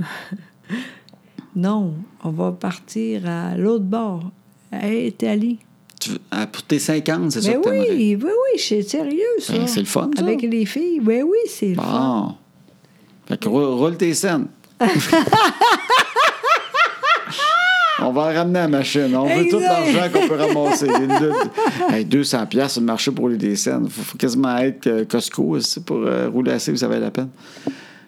Non, on va partir à l'autre bord, à Italie. Tu veux- ah, pour tes 50, c'est ça Ben que t'aimerais? oui, oui, oui, c'est sérieux, ça. Ben, c'est le fun, ça. Avec les filles, ben oui, c'est le fun. Bon. Fait que roule, roule tes scènes. On va en ramener à la machine. On veut tout Exact. l'argent qu'on peut ramasser. Une, deux- hey, 200 pièces sur le marché pour les scènes. Faut, faut quasiment être euh, Costco aussi pour euh, rouler assez, vous savez la peine.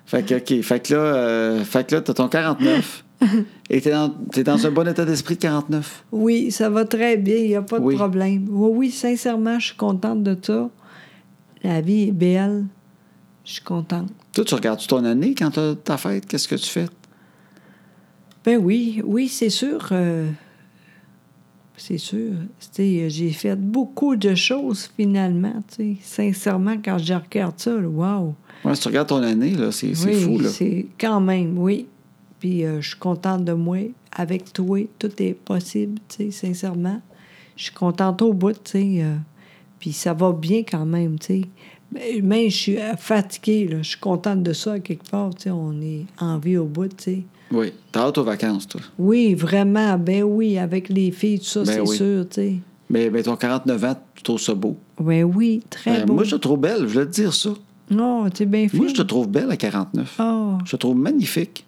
Fait que, OK. Fait que là, euh, fait que là, t'as ton 49. Et t'es dans, t'es dans un bon état d'esprit de 49. Oui, ça va très bien, il n'y a pas de Oui. problème. Oui, oui, sincèrement, je suis contente de ça. La vie est belle. Je suis contente. Toi, tu regardes ton année quand t'as ta fête? Qu'est-ce que tu fais? Ben oui, oui, c'est sûr. euh, c'est sûr. Tu sais, euh, J'ai fait beaucoup de choses finalement. tu sais. Sincèrement, quand je regarde ça, là, wow. Ouais, si tu regardes ton année, là, c'est c'est Oui, fou. Là. C'est quand même, oui. Puis euh, je suis contente de moi. Avec toi, tout est possible, tu sais, sincèrement. Je suis contente au bout, tu sais. euh, puis ça va bien quand même, tu sais. Mais- Mais je suis euh, fatiguée, là. Je suis contente de ça, quelque part, tu sais. On est en vie au bout, tu sais. Oui. T'as hâte aux vacances, toi. Oui, vraiment, ben oui, avec les filles, tout ça, Ben c'est oui. sûr, tu sais. Mais, mais ton 49 ans, tu trouves ça beau. Ben oui, très Euh, beau. Moi, je te trouve belle, je voulais te dire ça. Non, tu es bien fait. Moi, je te trouve belle à 49. Ah, Je te trouve magnifique.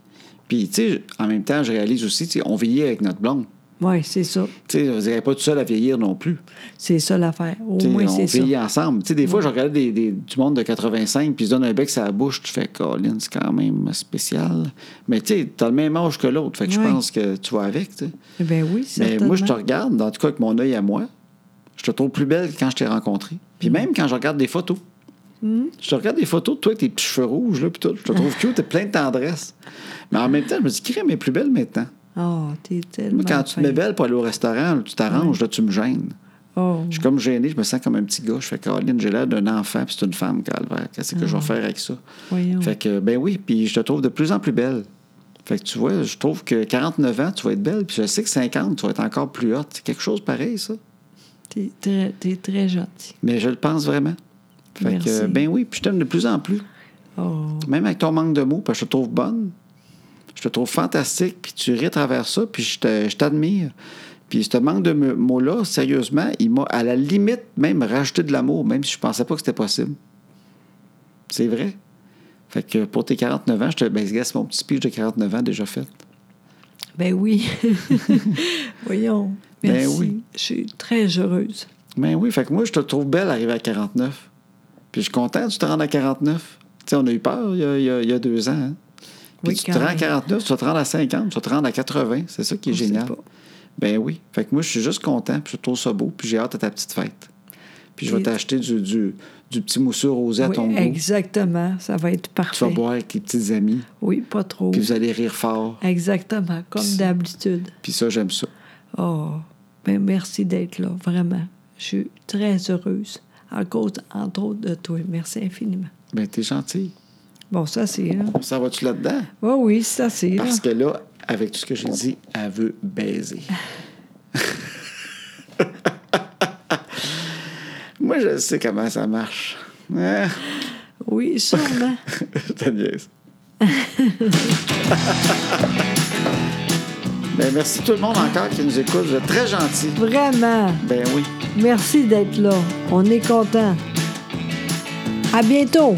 Puis, tu sais, en même temps, je réalise aussi, tu sais, on vieillit avec notre blonde. ouais, c'est ça. Tu sais, je dirais pas tout seul à vieillir non plus. C'est ça l'affaire. Au Tu sais, moins, on c'est ça. vieillit ensemble. Tu sais, des fois, je regardais des, des- du monde de 85, puis ils se donnent un bec sur la bouche, tu fais, Colin, c'est quand même spécial. Mais tu sais, t'as le même âge que l'autre, fait que Ouais. je pense que tu vas avec, tu sais. Ben oui, Mais certainement. moi, je te regarde, en tout cas, avec mon œil à moi, je te trouve plus belle que quand je t'ai rencontrée. Mm. Puis même quand je regarde des photos. Je te regarde des photos de toi avec tes petits cheveux rouges, là, puis tout. Je te trouve cute, t'es plein de tendresse. Mais en même temps, je me dis, crème est plus belle maintenant. Ah, t'es tellement. Moi, quand tu te fin. mets belle pour aller au restaurant, là, tu t'arranges, là, tu me gênes. Oh, Je suis comme gêné, je me sens comme un petit gars. Je fais, Caroline, j'ai l'air d'un enfant, puis c'est une femme, Calvaire. Qu'est-ce que je Mm. vais faire avec ça? voyons. Fait que, ben oui, puis je te trouve de plus en plus belle. Fait que tu vois, je trouve que 49 ans, tu vas être belle, puis je sais que 50, tu vas être encore plus haute. C'est quelque chose pareil, ça. T'es très, t'es très gentil. Mais je le pense vraiment. Fait Merci. que, ben oui, puis je t'aime de plus en plus. Oh, Même avec ton manque de mots, parce que je te trouve bonne. Je te trouve fantastique, puis tu ris à travers ça, puis je te- je t'admire. Puis ce manque de me- mots-là, sérieusement, il m'a à la limite même rajouté de l'amour, même si je pensais pas que c'était possible. C'est vrai. Fait que pour tes 49 ans, je te. Ben, regarde, c'est mon petit speech de 49 ans déjà fait. ben oui. voyons. Ben Merci. oui. Je suis très heureuse. Ben oui, fait que moi, je te trouve belle arrivée à 49. Puis je suis content que tu te rendes à 49. Tu sais, on a eu peur il y a, il y a- il y a deux ans. hein. Puis Oui, tu te quand rends à même. 49, tu vas te rendre à 50, tu vas te rendre à 80. C'est ça qui est On sait génial. pas. Ben oui. Fait que moi, je suis juste content, puis je trouve ça beau, puis j'ai hâte à ta petite fête. Puis je vais Et- t'acheter du, du, du petit mousseux rosé à Oui, ton goût. exactement. Ça va être Tu vas parfait. boire avec tes petits amis, Oui, pas trop. puis vous allez rire fort. Exactement, comme Puis- d'habitude. Puis ça, j'aime ça. Oh, ben merci d'être là, vraiment. Je suis très heureuse à cause, entre autres, de toi. Merci infiniment. Ben, t'es gentil. Bon, ça, c'est... là. Ça va-tu là-dedans? Oui, oui, ça, c'est... hein? là. Parce que là, avec tout ce que j'ai dit, elle veut baiser. Moi, je sais comment ça marche. Hein? Oui, sûrement. Je te niaise. ben, merci tout le monde encore qui nous écoute. Vous êtes très gentils. vraiment. Ben oui. Merci d'être là. On est content. À bientôt.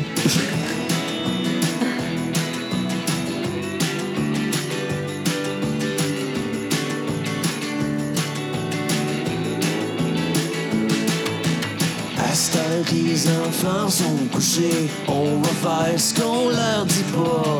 À cette heure que les enfants sont couchés, on va faire ce qu'on leur dit pas.